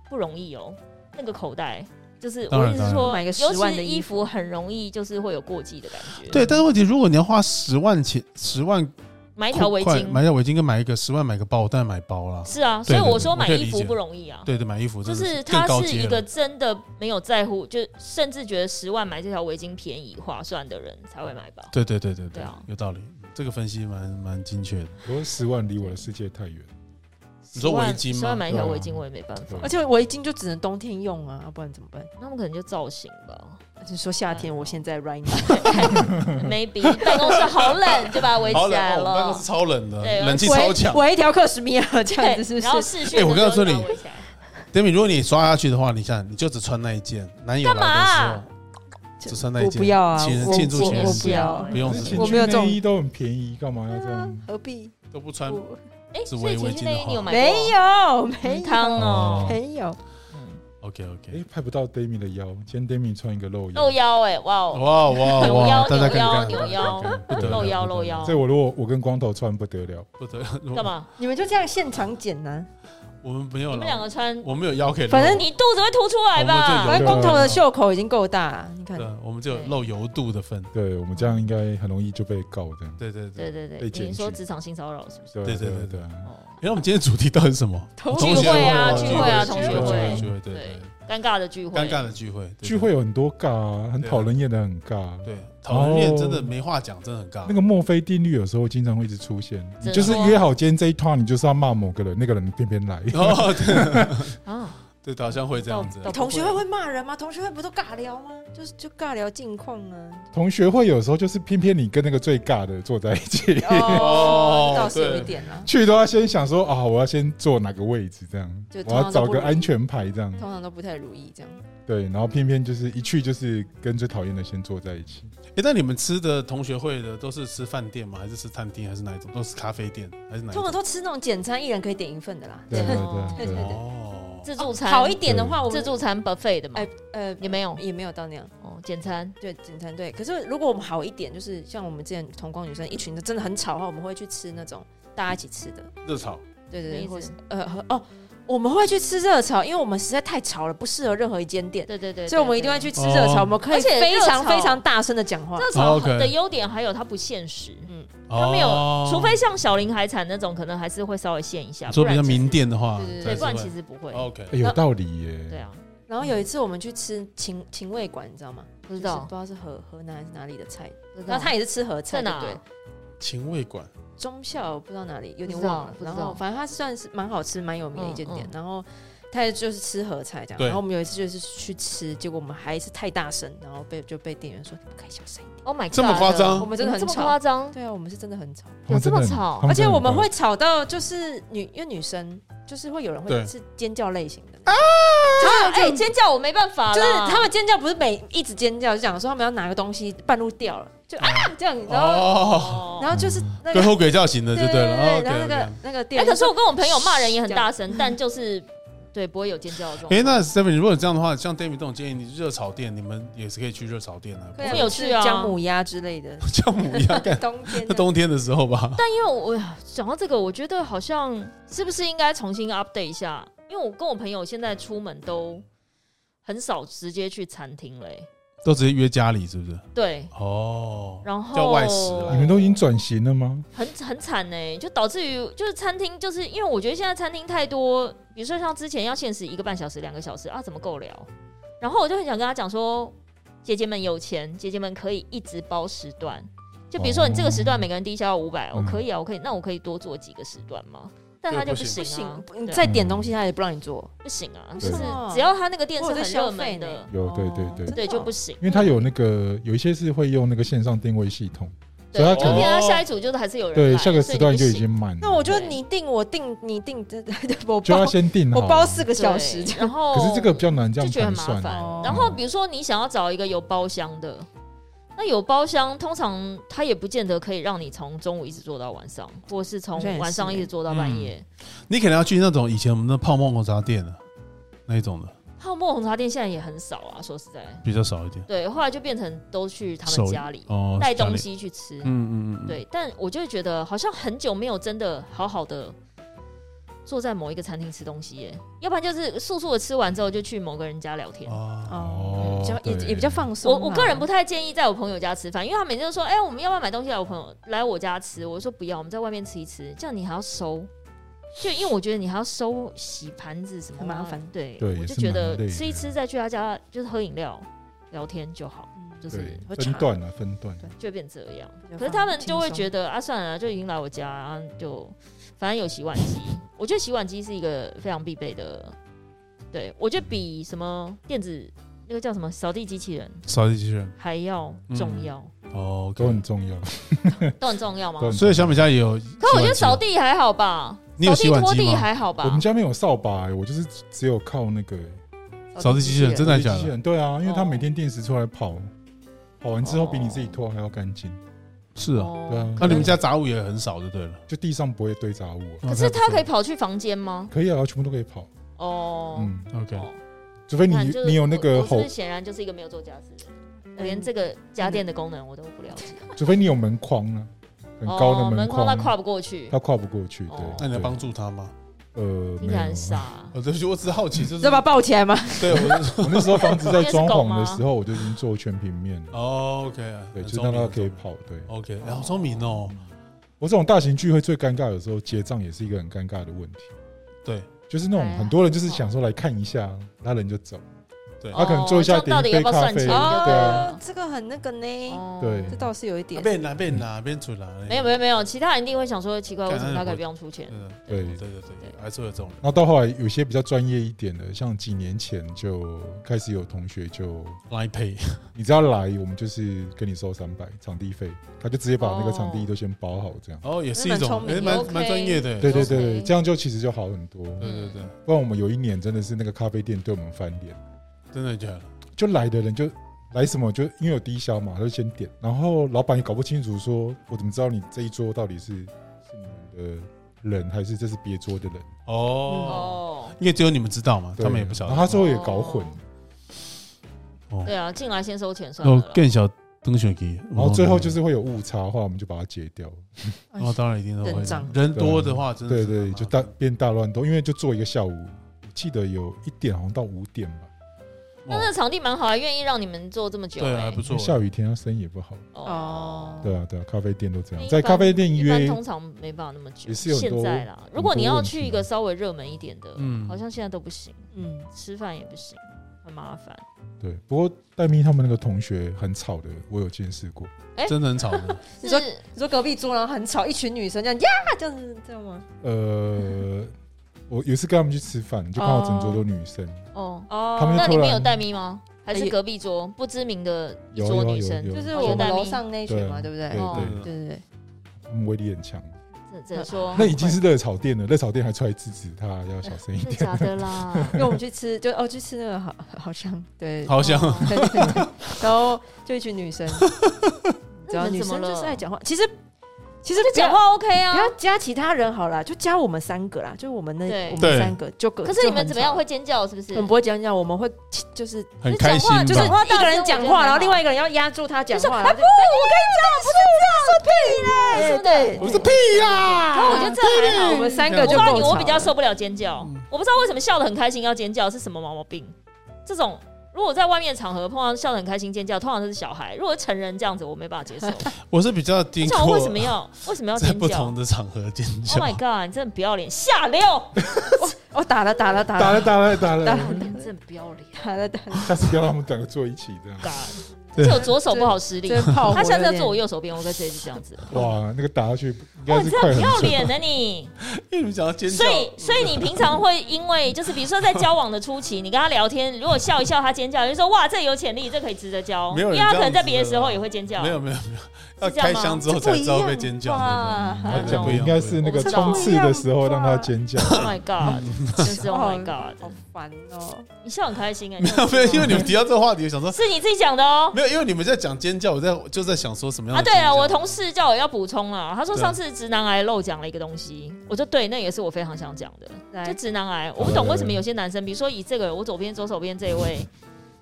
不容易哦，那个口袋。就是当我然意思当是然说，买个尤10万其是的衣衣服服很容易就是会有过季的感觉。对，但是问题，如果你要花十万钱、十万买一条围块巾，买条围巾跟买一个十万买个包，我当然买包啦。是啊，所对以对我说我买可以衣理服解不容易啊。对对，买衣服就真的是更他高是阶一了个真的没有在乎，就甚至觉得十万买这条围巾便宜划算的人才会买吧。对对对对对对啊，有道理，这个分析蛮蛮精确的。我说十万离我的世界太远，你说10万围巾吗10万买一条对啊围巾我也没办法，而且围巾就只能冬天用啊，不然怎么办？他们可能就造型吧你说夏天，我现在 right now。 ，maybe 办公室好冷，就把它围起来我们办公了室。超冷的，对冷气超围强。围一条克什米 尔这样对子，是然后不是？试训哎我的时告诉候就把它你围起来。 Demi，如果你刷下去的话，你看你就只穿那一件，男友干来嘛的啊时候只穿那一我件，不要啊，情人我庆祝我情人我节不要，不用可是情情我趣没有这种内衣都很便宜，干嘛要这样？何必？都不穿，我哎，是所以围情围巾趣的内衣话你有买过？没有，没很烫有，哦。没有。嗯 OK 哎 OK，，拍不到 Demi 的腰，今天 Demi 穿一个露腰露，腰哎、哇哦，哇哇扭腰哇！哦大家看看，扭腰扭腰不得了露腰露哦腰，这我如果我跟光头穿不得了，不得了，干？嘛？你们就这样现场剪呢、我们没有你们两了，个穿，我们有腰可以露，反正你肚子会凸出来我吧们？反正光头的袖口已经够大了，你看对，啊我们就有露油度的份。对我们这样应该很容易就被告的。对对对，对因对对被，检你说举职场性骚扰是不是？对啊对对对对对，哦，哎为我们今天主题到底是什么？同学同会啊同聚会啊聚同学聚会聚会，对对对，尴尬的聚会，尴尬的聚会，对聚会有很多尬啊，很讨人厌的很尬。对，讨论面真的没话讲，真的很尬。那个墨菲定律有时候经常会一直出现，怎你么就是约好今天这一趟，你就是要骂某个人，那个人偏偏来。 哦，对啊，对，好像会这样子到。同学会会骂人吗？同学会不都尬聊吗？就是就尬聊近况啊。同学会有时候就是偏偏你跟那个最尬的坐在一起，哦哦，这倒是有一点啦，去都要先想说啊，我要先坐哪个位置这样就，我通要常都找不个安全牌这样。通常都不太如意这样。对，然后偏偏就是一去就是跟最讨厌的先坐在一起。哎，那你们吃的同学会的都是吃饭店吗？还是吃餐厅？还是哪一种？都是咖啡店还是哪一通种常？都吃那种简餐，一人可以点一份的啦。对对对 对对啊对。哦，自助餐好一点的话，我自们助餐 buffet 的嘛哎，呃也没有也没有到那样，哦，简餐对简餐对。可是如果我们好一点，就是像我们之前同光女生一群的真的很吵的话，我们会去吃那种大家一起吃的，热炒对对什么意对，思或是呃和哦，我们会去吃热炒，因为我们实在太吵了，不适合任何一间店，对对对，所以我们对一定会去。吃对热炒，哦我们可以而且非热炒常非常大声的讲话对。热炒 OK 的优点还有它不现实，它哦，没有，除非像小林海产那种，可能还是会稍微限一下，说不然比较其实名，店的话，对对对，对不然其实不会。哦 OK 哎有道理耶。对啊，然后有一次我们去吃秦秦味馆，你知道吗？不不知道不知，道是河河南还是哪里的菜，不知道然后他也是吃河菜，在对哪不对了？情味馆中校不知道哪里，有点不知道忘了。不知然道后反正它算是蛮好吃、蛮有名的一间店嗯。然后它就是吃合菜这样。对然后我们有一次就是去吃，结果我们还是太大声，然后被就被店员说你们可以小声一点。 ？Oh my god！这么夸张我们真的很这么吵夸张，对啊，我们是真的很吵，他们有这么真的很吵他而真且的我们很棒会吵到就是女，因为女生就是会有人会对是尖叫类型的。啊！哎，尖叫我没办法啦，就是他们尖叫不是每一直尖叫，就讲说他们要拿个东西半路掉了，就啊这样，然后哦，哦。然后就是那鬼个吼鬼叫型的就对对了。哦然后那 OK 个 OK。那个哎，店可员是说，我跟我朋友骂人也很大声，但就是对不会有尖叫的状哎，况。那 Steven，如果这样的话，像 David 这种建议，你热炒店你们也是可以去热炒店的，可以我啊们有去啊吃姜母鸭之类的，像我们一样干。冬天那 冬天啊的时候吧，但因为我哎讲到这个，我觉得好像是不是应该重新 update 一下？因为我跟我朋友现在出门都很少直接去餐厅嘞、都直接约家里是不是？对，哦，然后叫外食啦你们都已经转型了吗？很很惨呢、就导致于就是餐厅，就是因为我觉得现在餐厅太多，比如说像之前要限时一个半小时、两个小时啊，怎么够聊？然后我就很想跟他讲说，姐姐们有钱，姐姐们可以一直包时段，就比如说你这个时段每个人低消要五百、我哦嗯可以啊，我可以，那我可以多做几个时段吗？但他就这个不行不啊行，，你对再点东西他也不让你做，不行啊，为就是什么只要他那个店我是有在很消热费门呢的，有对对对真的对哦就不行因。为它有那个有一些是会用那个线上定位系统，对，所以他就可变能成他下一组就是还是有人对来下个时段就已。所以你经满了，那我就你定我定你定， 这我就包要先定好。我包四不个行小时对这样，然后可是这个比较难这就样觉得盘算很麻烦啊。哦。然后比如说你想要找一个有包厢的，那有包厢通常他也不见得可以让你从中午一直做到晚上，或是从好像也是晚上一直做到半夜。你可能要去那种以前我们的泡沫红茶店的那一种的，泡沫红茶店现在也很少啊，说实在，比较少一点。对，后来就变成都去他们手家里哦，带家东里，西去吃。嗯嗯嗯，嗯，对，但我就会觉得好像很久没有真的好好的坐在某一个餐厅吃东西耶，要不然就是速速的吃完之后就去某个人家聊天。哦，哦，比较也对也比较放松啊我啦。我个人不太建议在我朋友家吃饭，因为他每次都说：“哎、我们要不要买东西来我朋友来我家吃？”我说：“不要，我们在外面吃一吃。”这样你还要收，就因为我觉得你还要收洗盘子什么很麻啊烦对，对我也就是觉蛮得累吃一的吃再去他家就是喝饮料聊天就好，嗯就是对会分查段啊，分段。就会变这样。比较可是他们放就会轻松觉得啊，算了，就已经来我家，然后就反正有洗碗机。我觉得洗碗机是一个非常必备的，对我觉得比什么电子那个叫什么扫地机器人扫地机器人还要重要，哦都很重要，都很重要嗯吗都？很所以小美家也有，可我觉得扫，地还好吧，你扫有地洗碗拖机地吗？还好我们吧。家没有扫把欸，我就是只有靠那个欸扫地机器人真的机假器的？人。对啊，因为他哦每天定时出来跑，跑完之后比你哦自己拖还要干净。是啊，对啊哦，那你们家杂物也很少就对了。哦就地上不会堆杂物啊。可是他可以以跑去房间吗？可以啊，全部都可以跑。哦，嗯， ，OK，哦除非你看就是你有我那个我是不吼是，显然就是一个没有做家事的人，我连这个家电的功能我都不了解。除非你有门框啊，很高哦的门框，啊他跨不过去，他跨不过去。对哦，那你要对帮助他吗？呃，听没有起来啊很傻。我对不起，我只是好奇，嗯就是要把它抱起来吗？对，我就是我那时候房子在装潢的时 你也是候，我就已经做全平面了， 哦，OK，对，很就是聪让明它很可以聪明跑。对， OK，哎好聪明哦，嗯我这种大型聚会最尴尬，有时候结账也是一个很尴尬的问题。对，就是那种哎呀很多人就是想说来看一下，他人就走。对他可能做一下哦这样到点底一杯要不要算咖啡钱就，对了哦，这个很那个呢，哦对这倒是有一点。啊变哪变哪变出来，没有没有没有，其他人一定会想说奇怪，干为什么那他可以我不用出钱？嗯对对对对对，还是有这种然后到后来有些比较专业一点的，像几年前就开始有同学就， line pay，你只要来，我们就是跟你收三百场地费，他就直接把那个场哦地都先包好，这样。哦，也是一那蛮种聪，哎，明的蛮 OK 蛮专业的，对对对 OK 对，这样就其实就好很多。对对，不然我们有一年真的是那个咖啡店对我们翻脸，真的假的？就来的人就来什么就因为有低消嘛，他就先点，然后老板也搞不清楚说，我怎么知道你这一桌到底是是你们的人还是这是别桌的人？啊哦，哦，因为只有你们知道嘛，嗯对他们也不晓得。然后他最后也搞混，哦对啊，进来先收钱算哦了啦。更小灯选机，然后最后就是会有误差的话，我们就把它截掉。哦，当然一定都会认账人多的话，真的对是对，蛮就麻大烦变大乱斗，因为就做一个下午，我记得有一点好像到五点吧。那哦这个场地蛮好，还啊愿意让你们做这么久对啊，欸还不因为错。下雨天，他生意也不好。哦对啊，对啊，咖啡店都这样，一在般咖啡店一般约通常没办法那么久。也是有很现多在啦，如果你要去一问个题啊稍微热门一点的，嗯好像现在都不行，嗯，吃饭也不行，很麻烦。对，不过戴咪他们那个同学很吵的，我有见识过。真的很吵的，你说是你说隔壁桌然后很吵，一群女生这样呀，这样子这样吗？ 呃，我有一次跟他们去吃饭，就看到整桌都女生，哦，哦，他们就那突里面然有戴咪吗？还是哎隔壁桌不知名的一有桌有女有生？有就是哦我们有楼上那一群嘛，对不对？对哦对，对对对，他们威力很强。这这说 那已经是热炒店了，热炒店还出来制止他，要小声一是点。假 的啦。因为我们去吃，就哦去吃那个好好像对，好香。哦对对对 然后就一群 女生，只要那你女们怎么生了就是爱讲话，其实其实不要讲话 OK 啊不，要加其他人好啦，就加我们三个啦，就我们那对我对们三个就个。可是你就们很怎么样吵会尖叫？是不是？很不会讲讲，我们会就是很开心吧，你就讲是话一个人讲话，然后另外一个人要压住他讲话，然后就哎我哎跟你讲，不是这样，说屁嘞，对不对？我是屁然后我觉得这还好，我们三个我就告诉够你，吵我了比较受不了尖叫嗯，我不知道为什么笑得很开心要尖叫是什么毛病。这种如果我在外面的场合碰到笑得很开心尖叫，通常都是小孩；如果是成人这样子，我没办法接受。我我是比较听想过我为什么要为什么要在尖不叫同的场合尖？Oh 叫 my god！你真的很不要脸，！Oh 下流！哦打了打了打打了了打了打了打不要了，脸，真的不要 脸打了打了，下次不要让他们两个坐一起这样。 ！God，对只有左手不好施力这，炮火他下次要有点坐我右手边，我跟谁是这样子？哇，那个打下去应该哇，你是真快的很不要准。脸呢啊你！ 因为你们讲到尖叫，所以，所以你平常会因为就是比如说在交往的初期，你跟他聊天，如果笑一笑，他尖叫，就说哇，这有潜力，这可以值得交。没有因为人他可这能样在别的子时的候啦也会尖叫。没有没有没有，要这样开吗箱之后这才不知一道样会尖叫吧的。他嗯讲的应该是那个冲刺的时候让他尖叫。 Oh my god！真 是 Oh my 好 god！烦哦，你笑很开心哎、没有 没有，因为你们提到这个话题，我想说是你自己讲的哦、没有，因为你们在讲尖叫，我在就在想说什么样啊，的对尖叫了，我同事叫我要补充了，他说对上次直男癌漏讲了一个东西，我就对，那也是我非常想讲的。就来直男癌，我不懂为什么有些男生，比如说以这个我左边左手边这一位，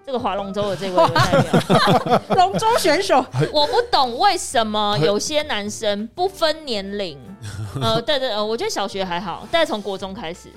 这个划龙舟的这位为代表，龙舟选手， 我不懂为什么有些男生不分年龄，呃，对对，呃，我觉得小学还好，但是从国中开始，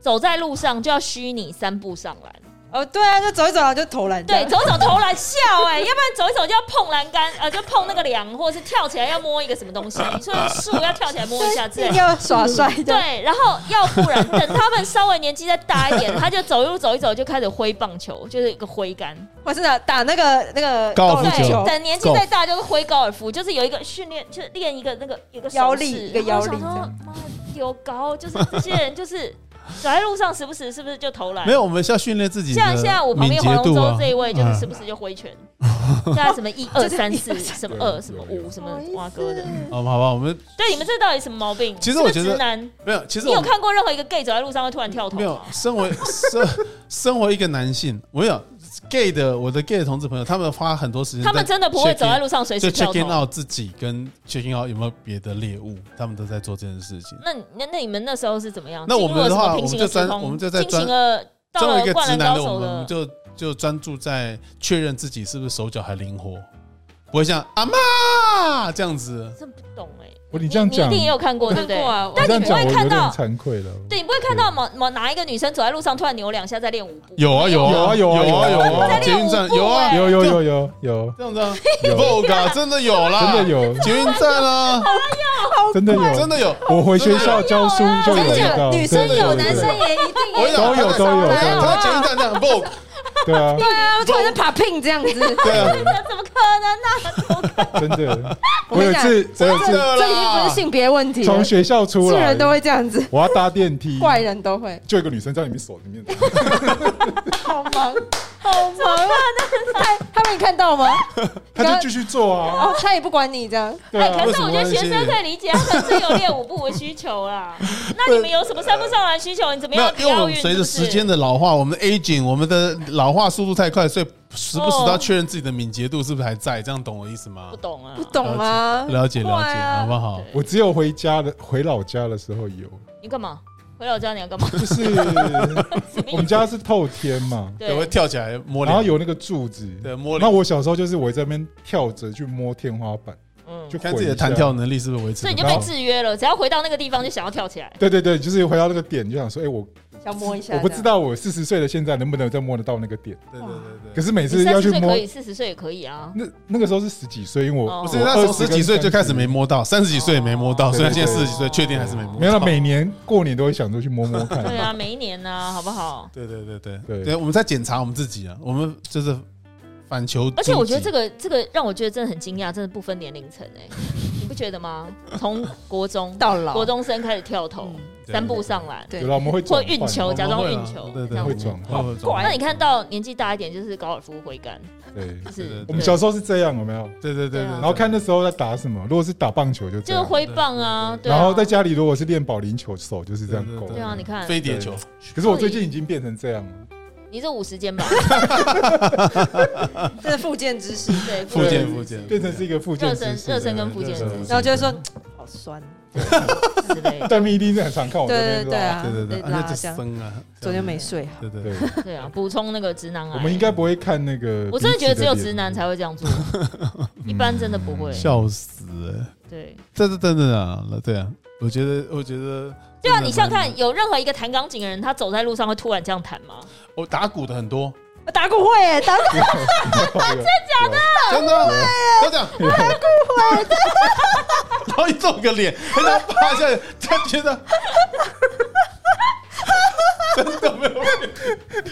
走在路上就要虚拟三步上篮，哦对啊，就走一走然后就投篮，对，，走一走投篮笑哎、要不然走一走就要碰栏杆，呃，就碰那个梁，或者是跳起来要摸一个什么东西，所以树要跳起来摸一下之类一定。要耍帅的，对，然后要不然等他们稍微年纪再大一点，他就走一路走一走就开始挥棒球，就是一个挥杆。或是打打那个那个高尔夫对球等年纪再大就是挥高尔夫，就是有一个训练，就是练一个那个有一个手势腰力一个腰力然后我想说妈有高，就是这些人就是走在路上，时不时是不是就投篮？没有，我们是要训练自己的像现在我旁敏边捷黄龙度舟啊这。一位，就是嗯时不时就挥拳，啊大概什么一 二三四，什么二对什么有五什么蛙哥的。好啊吧，好吧，我们对，你们这到底什么毛病？其实我是不觉是得直男，没有，其实你我有们看过任何一个 gay 走在路上会突然跳投没有吗？，身为身身为一个男性，我有 gay 的我的 gay 的同志朋友，他们花很多时间在 check in，他们真的不会走在路上随就时跳 check in 投。 out 自己跟 check in out 有没有别的猎物，他们都在做这件事情。那你那那你们那时候是怎么样？那我们进入了的话什么平行的我们就专时空我们就在进行专了到作为一了个灌直篮男高的手我们，我们了，就就专注在确认自己是不是手脚还灵活，不会像阿妈这样子。真不懂哎、我你这样你一讲，定你也有看过，对看不对？过啊，这但样你不讲，会我有看点到惭愧了。对，你不会看到某某哪一个女生走在路上突然扭两下再练舞步，有啊有啊有啊有啊有有啊在啊，练捷运站舞步有啊欸有有有有有，这样子啊 有，Vogue 啊真的有啦，真的有，捷运站啊，真的有，真的有。我回学校教书就有真的遇到，有女生真的有，有男生也一定我跟有。你讲都有他都有都有啊他在捷运站这样 Vogue，对啊，对啊，突然间 popping 这样子，对啊，那怎么可能 呢、真的。我我有跟你一讲次，我有一真次的这已经不啦是。性别问题从了，学校出素来人，都会这样子，我要搭电梯，怪人都会，就有一个女生在里面手里面，好忙，好忙啊！他他们看到吗？她就继续做啊，哦，他也不管你这样，对哎，啊可为是什我么觉得关系学生可以理解，他们是有练舞步的需求 啦。那你们有什么上不上来需求？你怎么没有样，比因为我奥运？们随着时间的老化，我们的 aging，我们的老化速度太快，所以时不时都要确认自己的敏捷度是不是还在，这样懂我意思吗不？懂啊不，懂吗？了解了快解，啊好不好？对我只有回家的回老家的时候有，你干嘛？回老家你要干嘛？就是什么意思我们家是透天嘛，对，对，会跳起来摸然脸后，有那个柱子，对，摸那脸，我小时候就是我在那边跳着去摸天花板，嗯就，看自己的弹弹跳，能力是不是维持所得以到。你就被制约了。只要回到那个地方，就想要跳起来。对对对，就是回到那个点就想说，哎，我想摸一下，我不知。道我四十岁的现在能不能再摸得到那个点，对对对可对。是每你次三要十去岁摸可，以，四十岁也可 以啊。那那个时候是十几岁，因为我哦不是，他从十几岁就开始没摸到，三十几岁也没摸到，对所以他现在哦对对四十几岁，确定还是没摸到。没有了，每年过年都会想着去摸摸看，对啊，每一年呢，好 不好？对对对对对对，我们在检查我们自己啊，我们就是反求。而且我觉得这，个这个让我觉得真的很惊讶，真的不分年龄层哎，你不觉得吗？从 国中到老国中生开始跳投嗯，对三步上篮，对有，了我们会或转换运球，假装运我球们会这啊，对样对，会子。转我们会转那你看到年纪大一点，就是高尔夫挥杆，对就对对是我们小时候是这样，有没有？对对对对对，啊然后看那时候在打什么，如果是打棒球就这就是样，挥棒啊，对啊然后在家里如果是练保龄球，手就是这样对对勾。对对啊，你看飞碟球，可是我最近已经变成这样了，你这五十 肩吧，这是附件知识，对，附对件附件变成是一个附件热知身识热身跟附件对对然后就会说好酸，之类的，但密一定是很常看我这对边对拉对啊，对对对，拉而且这样，生啊，昨天没睡好，对对对对，对啊，补充那个直男癌。我们应该不会看那个。我真的觉得只有直男才会这样做，一般真的不 会嗯笑死欸！对，这是真的啊，对啊，我觉得我觉得对啊，你想想看，，有任何一个弹钢琴的人，他走在路上会突然这样弹吗？我打鼓的很多，我打鼓会耶，打鼓 真假的？真的哎啊，就这样，有然后一皱个脸， 他就趴下来，他觉得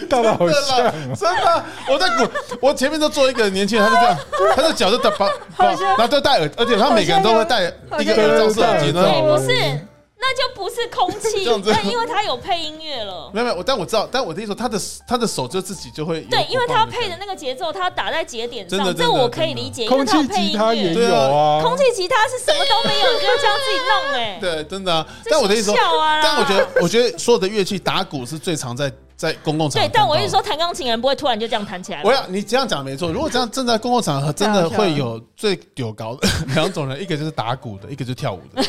大大好真的像啦哦，真的，我在鼓，我前面都坐一个年轻人，他就这样，他的脚就打把，把然后都戴耳，而且他每个人都会戴一个耳罩式耳机，对对然对，后哦哎不是，那就不是空气 这样，子那因为他有配音乐 了。没有没有，我但我知道，但我的意思说，他的他的手就自己就会有对，因为鼓他棒的配的感那个节奏，他打在节点真的上，真这的我可以真的理解，因为空他气有配吉音他也乐。有啊，空气吉他是什么都没有，你就这样自己弄哎。 觉对，真的啊。这但我的意思说，笑啊啦！但我觉得，我觉得所有的乐器打鼓是最常在在公共场合对看，到的。但我一直说弹钢琴的人不会突然就这样弹起来吧。我要你这样讲没错。如果这样正在公共场合，真的会有最丢高的 两种人，一个就是打鼓的，一个就是跳舞的。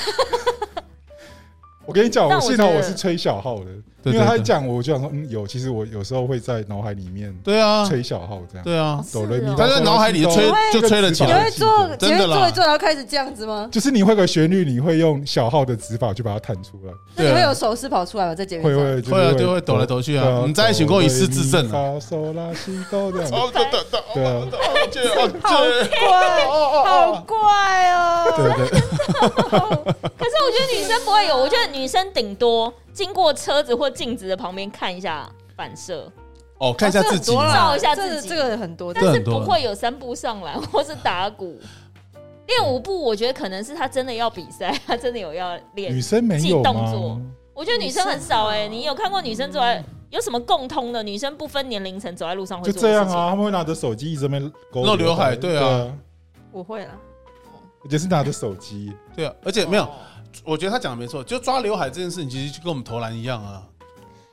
我跟你讲，但我我幸好觉得我是吹小号的，对对因为他对讲我就想说，嗯，有。其实我有时候会在脑海里面对啊，吹小号这样，对啊，哆来咪是哦发他在脑海里哆吹来咪就吹了起你来会做，你真会的啦做一做，然后开始这样子吗？就是你会个旋律，你会用小号的指法去把它弹出来，那你对会啊有手势跑出来吗？在节目会上？会会啊是就会抖来抖去啊对我们在一起过一次自证啊哆来咪发嗦啦西哆这样，哦，对对对，对哦啊对哦对怪，好哦怪哦！对对对，可是我觉得女生不会有，我觉得女生顶多经过车子或镜子的旁边看一下反射，哦，看一下自己这很多啦照一下这自己这个很多，但是很多不会有三步上篮 或是打鼓。练舞步，我觉得可能是她真的要比赛，她真的有要女练。生没有记动作吗？我觉得女生很少哎、女生啊你有看过女生走在有什么共通的？女生不分年龄层走在路上会就这做的事样情。啊，他们会拿着手机一直在那边勾弄刘海对啊，我会了。而且是拿着手机，对啊，而且没有，我觉得他讲的没错，就抓刘海这件事情，其实就跟我们投篮一样啊。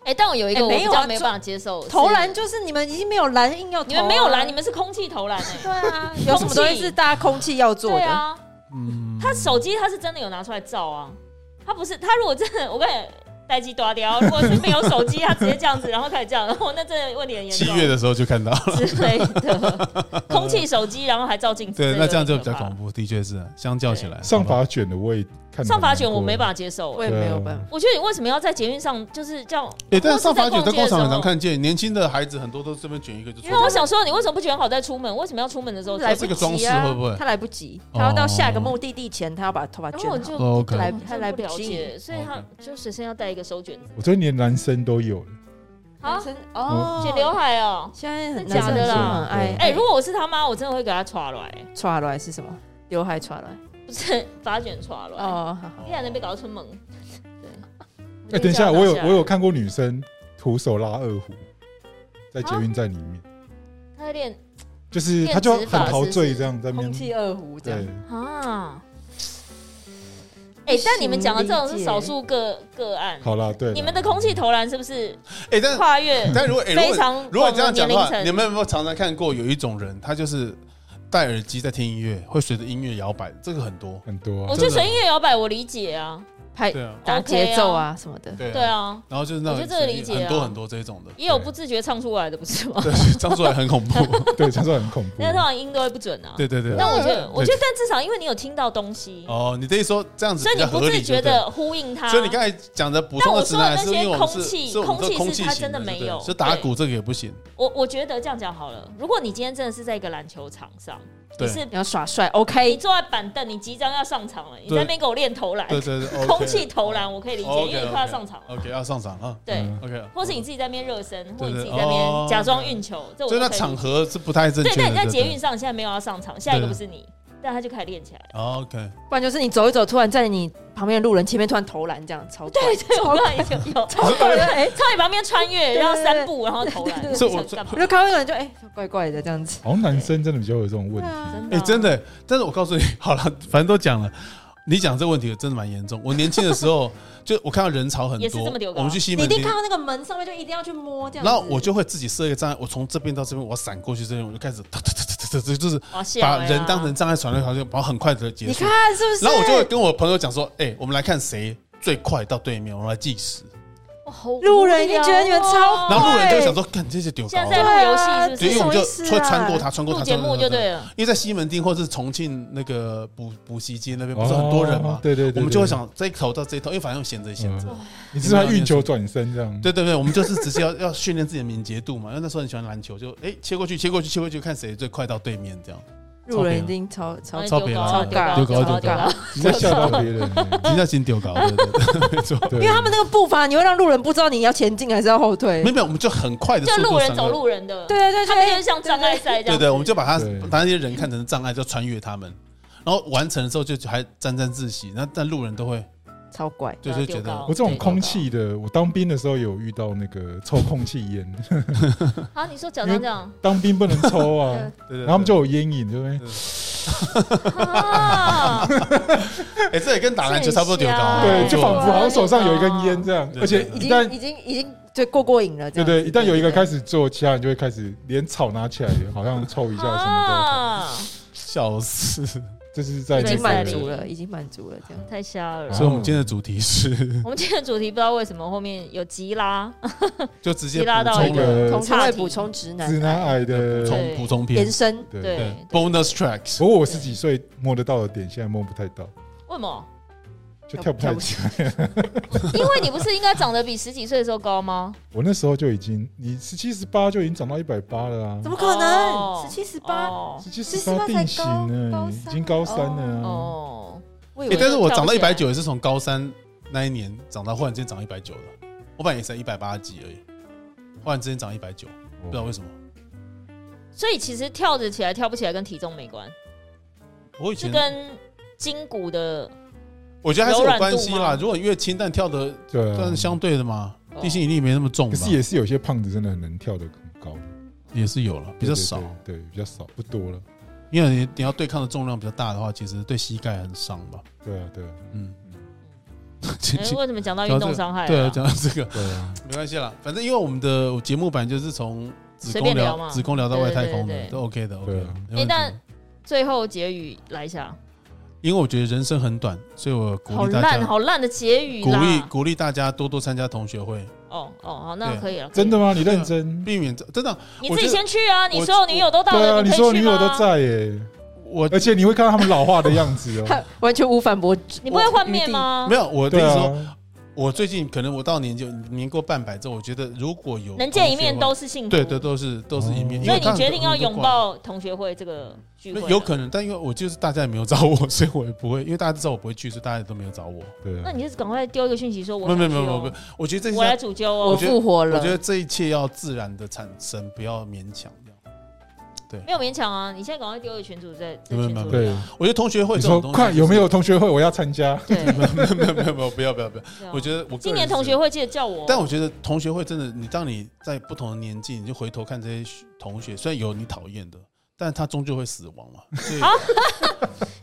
哎、但我有一个哎我没比有啊较没有办法接受，投篮是就是你们已经没有篮，硬要投啊你们没有篮，你们是空气投篮哎、对 啊，有什么东西是大家空气要做对的？啊，嗯，他手机他是真的有拿出来照啊，他不是他如果真的，我跟你待机断掉。如果是没有手机，他直接这样子，然后开始这样，然后那真的问题很严七重。月的时候就看到了。之类的， 空气手机，然后还照镜子。对，那这样就比较恐恐怖。怖，的确是啊相较起来，上好吧法卷的我也看，上法卷我没办，法接受我欸，也没有办法。我觉得你为什么要在捷运上就是这样？哎，但是上法或卷是在在逛工街的时候厂很常看见，年轻的孩子很多都这边卷一个就出因来。为我想说，你为什么不卷好再出门？为什么要出门的时候来才不及这啊个装饰会不会他来不及，哦他要到下一个目的地前，他要把头发然卷后我好。就哦，OK 来他他来来不不及解，所以他就随身要带一个手卷子。我觉得连男生都有了，啊男，生哦，剪刘海哦！现在很真假的啦男生很爱哎，如果我是他妈，我真的会给他抓来，刷来是什么？刘海刷来不是发卷抓来。哦，好你还能被搞到春萌？对。哎，等一下，我有我有看看过女生徒手拉二胡，在捷运站里面，啊他有点就是她就很陶醉这样在面空，气哦二胡这对样，，啊。哎，但你们讲的这种是少数个个案，好啦，对啦，你们的空气投篮是不是哎， 但是跨越但如果哎，如非果常如果这广样的年讲的龄话，层？你们有没有常常看过有一种人，他就是戴耳机在听音乐，会随着音乐摇摆，这个很多。很多啊我觉得纯音乐摇摆我理解啊，拍对啊，打节奏啊什么的。对对。啊，然后就是那我种觉得这个理解啊很多很多这种的， 也有不自觉唱出来的，不是吗？对，张出来很恐 怖。 对，这样很恐怖那。通常音都会不准啊。对对对。但我觉得，我觉得得，但至少因为你有听到东西，哦，你的意思说这样子所以比你较不合自理就觉对的呼应它。所以你刚才讲的补但充我的说直的男，那是因些为我们空是气是我们空这气空是气它型真的没对有就打对鼓这个也不行。我我觉得这样讲好了，如果你今天真的是在一个篮球场上，你对是你要耍帅你，OK，坐在板凳，你即将要上场了，你在对那边给我练投篮，对对对，空气投篮我可以理解， OK，因为你快要上场了， OK，要上场啊。对。嗯 OK，或是你自己在那边热身，或对者你对自己在那边哦假装运球，这我都所以那可以场合是不太正确对的。，但你在捷运上，你现在没有要上场，下一个对不是你，但他就开始练起来了。哦，OK， 不然就是你走一走，突然在你旁边的路人前面突然投篮，这样 超快对对，我刚才有有超快的，哎，从你旁边穿越，对然后三步，然后投篮，对对对想对干嘛 我？就看到一个人就哎怪怪的这样子，好像男生真的比较有这种问对题，啊，哎，真的的，但是我告诉你，好了，反正都讲了。你讲这问题真的蛮严重。我年轻的时候， 就我看到人潮很也是多这么丢，高我们去西你门一定町，看到那个门上面就一定要去摸这样子，然后我就会自己设一个障碍，我从这边到这边，我要闪过去这边，我就开始，哒哒哒哒哒哒，就是哇吓把啊我呀人当成障碍传来传去，然后很快的结啊你束。看是不是？然后我就会跟我朋友讲说，哎、我们来看谁最快到对面，我们来计时。哇好无聊哦路人一定觉得你们超哦然后路人就会想说，看这些丢高现了，在在对录游啊戏对，因是为我不们是？就什么意思啊会穿过他，穿过录他，节穿目过他就对。了，因为在西门町或是重庆那个补补习街那边，啊不是很多人哦嘛，对对对，我们就会对，想这一头到这一头，因为反正有闲着闲着嗯。你是不是要运球转身这样，对对对，我们就是直接要要训练自己的敏捷度嘛，因为那时候很喜欢篮球，就哎、切过去，切过去，切过去，看谁最快到对面这样。路人一定超超然超后别丢了高丢超高丢尬丢高高丢丢高高，你在吓到别人 欸，人家先丢高，对对对，没错。对，因为他们那个步伐，你会让路人不知道你要前进还是要后退没。有没有，我们就很快的就速度路人闪走过路人的，对，对对，他们就是像障碍赛这对样，对，我们就把他对把那些人看成障碍，就穿越他们，然后完成的时候就还沾沾自喜，那但路人都会超怪。就然后是丢觉高得我这种空气哦的，我当兵的时候有遇到那个抽空气烟， 啊，你说讲成这样当兵不能抽 啊，对对然后他们就有烟瘾，对不对？啊，哎，这也跟打篮球差不多丢高啊，对对，就仿佛好像手上有一根烟这样，对而且对已一经旦已经已经对过过瘾了，这对样子对，一旦有一个开始做，其他人就会开始连草拿起来，好像抽一下什么啊， 笑死！的，这是在已那经满足个了，已经满足了，这样太瞎了哦。所以我们今天的主题是，我们今天的主题不知道为什么后面有吉拉， 就直接提拉补到一那充了个同个时会补充直直男男癌的补充补充延篇，伸，对。对对，，bonus tracks。不过我十几岁摸得到的点，现在摸不太到，为什么？就跳不太起来。因为你不是应该长得比十几岁的时候高吗？我那时候就已经，你十七十八就已经长到一百八了啊怎，么可能？哦十七十八，哦十七十八定型高了，高已三经高三了啊。哦，我以哎，但为是我长跳到一不起来百九也是从高三那一年长到，忽然间长一百九的，我本来也才一百八几而已，忽然之间长一百九，哦不知道为什么。所以其实跳着起来跳不起来跟体重没关，我以是前跟筋骨 的我觉得还是柔有软关度系吗啦，如果你越轻，但跳的对啊，但相对的嘛哦，地心引力没那么重可吧，是也是有些胖子真的很能跳得很高，也是有了，比较少。对，对对比较少，不多了。因为你你要对抗的重量比较大的话，其实对膝盖很伤吧。对啊，对啊，嗯，哎、 为什么讲到运讲到这动个伤害、对啊，讲到这个对啊，没关系啦，反正因为我们的节目版就是从子随宫便聊嘛聊子宫聊到外太空对对对的，啊对都 OK 的，OK 对的啊。没问题哎但最后结语来一下，因为我觉得人生很短，所以我鼓好励大家烂，好烂的结语鼓啦！励鼓励大家多多参加同学会，哦哦，好，那对可以了，可以真的了，吗？你认 真？避免真的你我自己觉得先去啊！你我所有女友都到对了，啊，你可以所有去女友都吗，在耶，我嗯而且你会看到他们老化的样子 哦。完全无反驳。你不会换面吗没？有我对的意思说，啊，我最近可能我到年就年过半百之后，我觉得如果有能见一同学面会都是幸福，对对，都是都是一面，哦因所为以你他决定要拥很多抱同学会这个聚那会，有可能，但因为我就是大家也没有找我，所以我也不会，因为大家都知道我不会去，所以大家也都没有找我。对那啊，你就是赶快丢一个讯息说我没有没有想没有去没哦有，没有我觉得这些我来主揪我哦我。觉得复活我了觉，得这一切要自然的产生，不要勉强这样。没有勉强啊，你现在赶快丢一个群主在在没有群没有主没里有啊，我觉得同学会你这说种东西哦快有没有？同学会？我要参加。对， 没有没有没有没有，不要不要不要！对啊我觉得我个 人今年是同学，会记得叫我哦，但我觉得同学会真的，你当你在不同的年纪，你就回头看这些同学，虽然有你讨厌的，但他终究会死亡 嘛。所以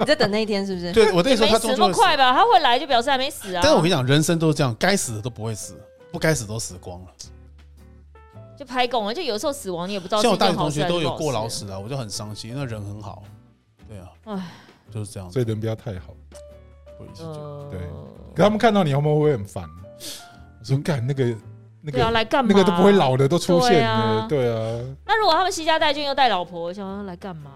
你在等那一天是不是？对我跟你说，没他死终那究么会死。快吧？他会来就表示还没死啊。但是我跟你讲，人生都是这样，该死的都不会死，不该死都死光了。就拍供啊，就有时候死亡你也不知道。像我大学同学都有过劳，死啊，我就很伤心，因为人很好。对啊，唉就是这样子。所以人不要太好。我也是觉得呃，对可他们看到你，他们会不会很烦？我嗯说干那个那对啊，个来干嘛？那个都不会。老的都出现了，对对啊，那如果他们惜家带眷又带老婆，想要来干嘛？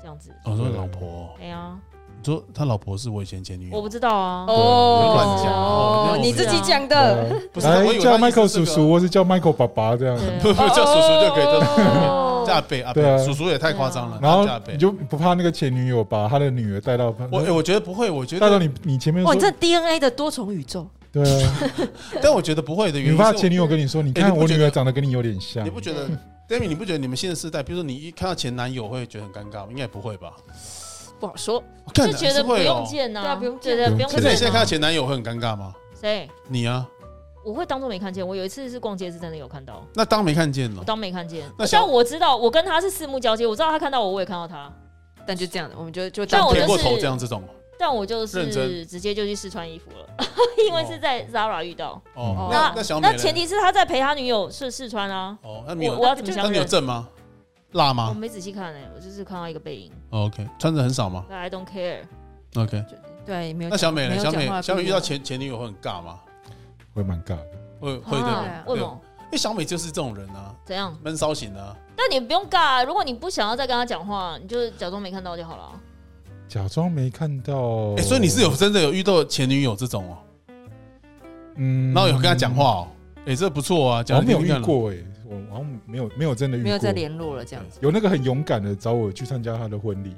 这样子，我哦说老婆，哎呀，你说他老婆是我以前前女我友，不知道啊。哦对乱讲哦你自己讲的，对啊不是我以来为叫他意思 Michael 是这叔个叔，或是叫 Michael 爸爸这样。对 啊不不叫叔叔就可以叫叔叔，哦叫阿贝阿对啊啊贝，叔叔也太夸张了，然后叫阿贝你。就不怕那个前女友把他的女儿带到我哎我觉得不会，我觉带到得，你你前面哇，你这说 DNA 的多重宇宙，对啊，但我觉得不会的原你因怕是哎前女友跟你说，你看你我不觉女得儿长得跟你有点像我，你，不觉得？Demi，你不嗯觉得你们新的世代，比如说你一看到前男友会觉得很尴尬吗，应该也不会吧？不好说。我就看你还觉啊是得不会用哦。见对呐，啊不用觉见得不用可可见是啊。你现在看到前男友会很尴尬吗？谁？你啊，我会当做没看见，我有一次是逛街是真的有看到，那当没看见了我。当没看见。那小但我知道，我跟他是四目交接，我知道他看到我，我也看到他，但就这样，我们就就但当我撇就过是头这样这种但我就认是真直接就去试穿衣服了， 因为是在 Zara 遇到。哦嗯，那那那小美那呢前提是他在陪他女友试试穿啊，哦，那没我有我要怎么那相你有啊认？正吗？辣我吗没仔细看哎、我就是看到一个背影哦？OK，穿着很少吗但，I don't care。 ？OK，对没有那讲。小美呢？没有小讲美话的小美必遇要到前前女友会很尬吗？会蛮尬的。会会啊的，对为什么？因为小美就是这种人啊，怎样？闷骚型啊。但你不用尬、啊，如果你不想要再跟他讲话，你就假装没看到就好了。啊假装没看到哎，，所以你是有真的有遇到前女友这种哦，嗯然后有跟她讲话，哦，哎，这不错啊，我讲好像没有得挺遇看的。过哎，我好像没有没有真的遇过，没有再联络了，这啊样子。有那个很勇敢的找我去参加他的婚礼，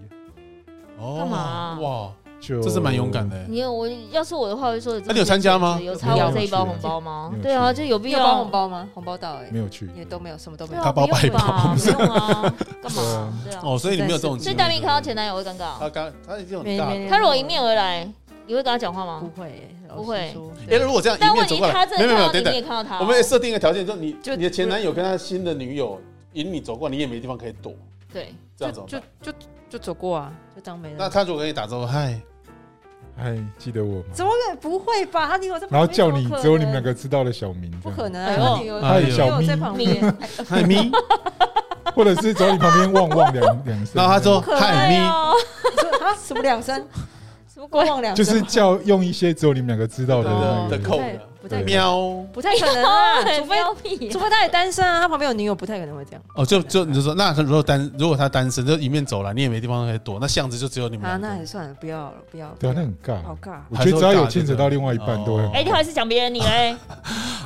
哦，干嘛啊哇，就这是蛮勇敢的。你有我要是我的话，我会说那你有参加吗有差我这一包红包吗没？有对啊，去就有必你要有包红包吗？红包到哎没，有去，也都没有，什么都没对有啊，。他包不用白包吧没用 啊，干对嘛啊？对啊。哦，所以你没有这种所经以历。大明看到前男友会尴尬他，刚他已经很没尬没了。他如果迎面而来，你会跟他讲话不吗？会欸，不会哎，如果这样但迎问面走题过他来，真没的有没有看到你，没有，等你等也。看到他哦。我们也设定一个条件，就是你就你的前男友跟他新的女友引你走过，你也没地方可以躲，对，这就样怎么就办？就就走过啊，就当没人。那他如果跟你打招呼，嗨，还哎记得我吗？怎么可能不会吧？他女友在旁边，然后叫你怎么可能只有你们两，个知道的小名，这不样可能哎啊！呦他女友，哎他呦女友在旁边，嗨咪， 或者是走你旁边旺旺两两声。然后他说可爱嗨咪，哦，说啊什么两声，什么鬼光？望两就声，是叫用一些只有你们两个知道的哦那啊的个扣对的不太对喵，不太可 能 啊，哎除非喵屁除非他也单身啊，他旁边有女友，不太可能会这样哦，就就你就说，那他如果单如果他单身，就迎面走来，你也没地方可以躲，那巷子就只有你们啊，两那还个。是算了，不要了，不要，对啊，那不要很好尬。尬。我觉得只要有牵扯到另外一半，都会很哦哎，你好意思讲别人，你 嘞？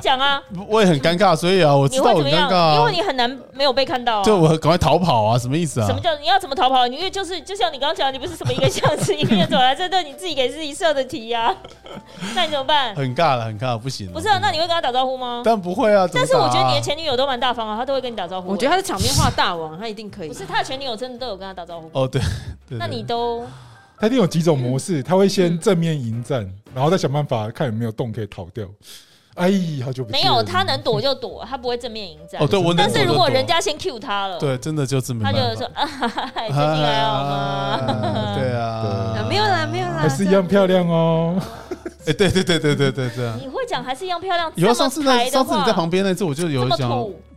讲啊，我也很尴尬，所以啊，我知你道会我怎么很样尴尬？因为啊，你很难没有被看到啊。就我赶快逃跑啊，什么意思什么啊？叫你要怎么逃跑？你因为就是就像你刚刚讲，你不是什么一个巷子一面走来，这都你自己给自己设的题呀、 那你怎么办？很尬了，很尬，不行了。不是、啊，那你会跟他打招呼吗？但不会啊，怎但么是我打啊觉得你的前女友都蛮大方啊，她都会跟你打招呼欸。我觉得他是场面化大王，他一定可以不。是，她的前女友真的都有跟他打招呼。哦，对，对那对你都他一定有几种模式，他会先嗯正面迎战，然后再想办法看有没有洞可以逃掉。哎，好久不没见有，她能躲就躲，她不会正面迎战。哦，对我能但是躲如就果躲人家先 Q 她了，对，真的就是没她办就法。说啊， 哈哈嗨，最哎近哦还好吗？啊对对啊啊，没有啦，没有啦，还是一样漂亮哦。哎，对对对对对对对啊。你会讲还是一样漂亮？以这么后啊上次那抬的上次你在话旁边那次，我就有这想么，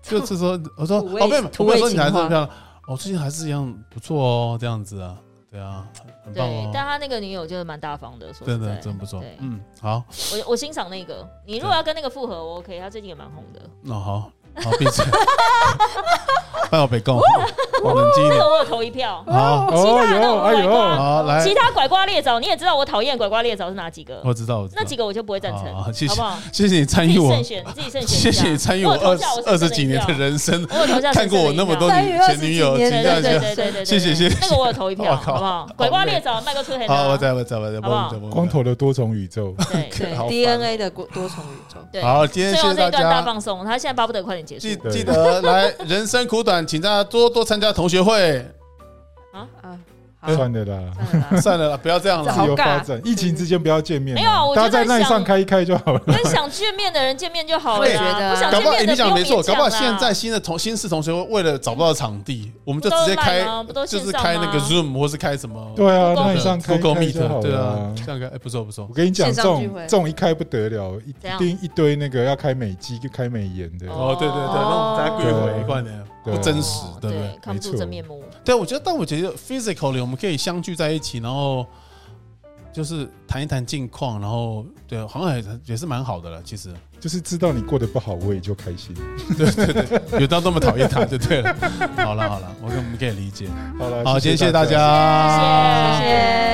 土就是说，我说土哦，味没有没有，土我没有说味你情还是话很漂亮，哦，最近还是一样不错哦，这样子啊，对啊，很棒对，但哦，他那个女友就是蛮大方的，说实真在的真不错对。嗯，好，我我欣赏那个，你如果要跟那个复合，我 OK。他最近也蛮红的，那哦好，好闭嘴， 拜我北贡，我冷静一这点个。我有投一票。好，其他的哦啊我拐哎呦瓜，好来其，他拐瓜裂枣你也知道，我讨厌拐瓜裂枣是哪几个，我知道，我知道那。几个我就不会赞成，好哦好谢谢好不好？谢谢你参自与己我慎，选，你自己慎选谢一下。谢你参与我投二下我二神圣十几年的一票，人生，我有投下 看过我那么多神圣女前女友，请的一票大对对对家。对对对，谢谢谢谢那个我有投一 票，我靠好不好？拐瓜裂枣，麦克出很好，我在我在我在，好不好我在光。头的多重宇 宙，对对好烦 DNA 的多多重宇宙。对。好，今天最谢后谢这大一段大家。放送，他现在巴不得快点结束记。对记得来，人生苦短，请大家多多参加同学会。啊，好，算的啦。算了啦算了啦，不要这样好自了。由发尬展，疫情之间不要见面啊，没有我大家就在在那想上开一开就好了。跟想见面的人见面就好了我也觉得啦，啊不想搞见不好面哎的你不讲用没错，勉强搞不好现啦在新的同新式同学会为了找不到场地，我们就直接开不都 Line 吗不，都就线是上吗开那个 Zoom 或是开什么对啊， Google 那你上开一 Google 开就 Meet，好对了啊啊。，这样开哎不错不错我。跟你讲，线这上种聚会这种一开不得了，一怎样一定一堆那个要开美肌就开美颜的，哦哦，对对对，那我们再对归回一贯的，对不真实，对不对？看不没出错真面目。对，我觉得，但我觉得 physically 我们可以相聚在一起，然后就是谈一谈近况，然后对，啊好像也也是蛮好的了。其实就是知道你过得不好，我也就开心。有到那么讨厌他就对了。好了好了，我跟我们可以理解。好了，好，今天谢谢谢大家。家，谢谢谢。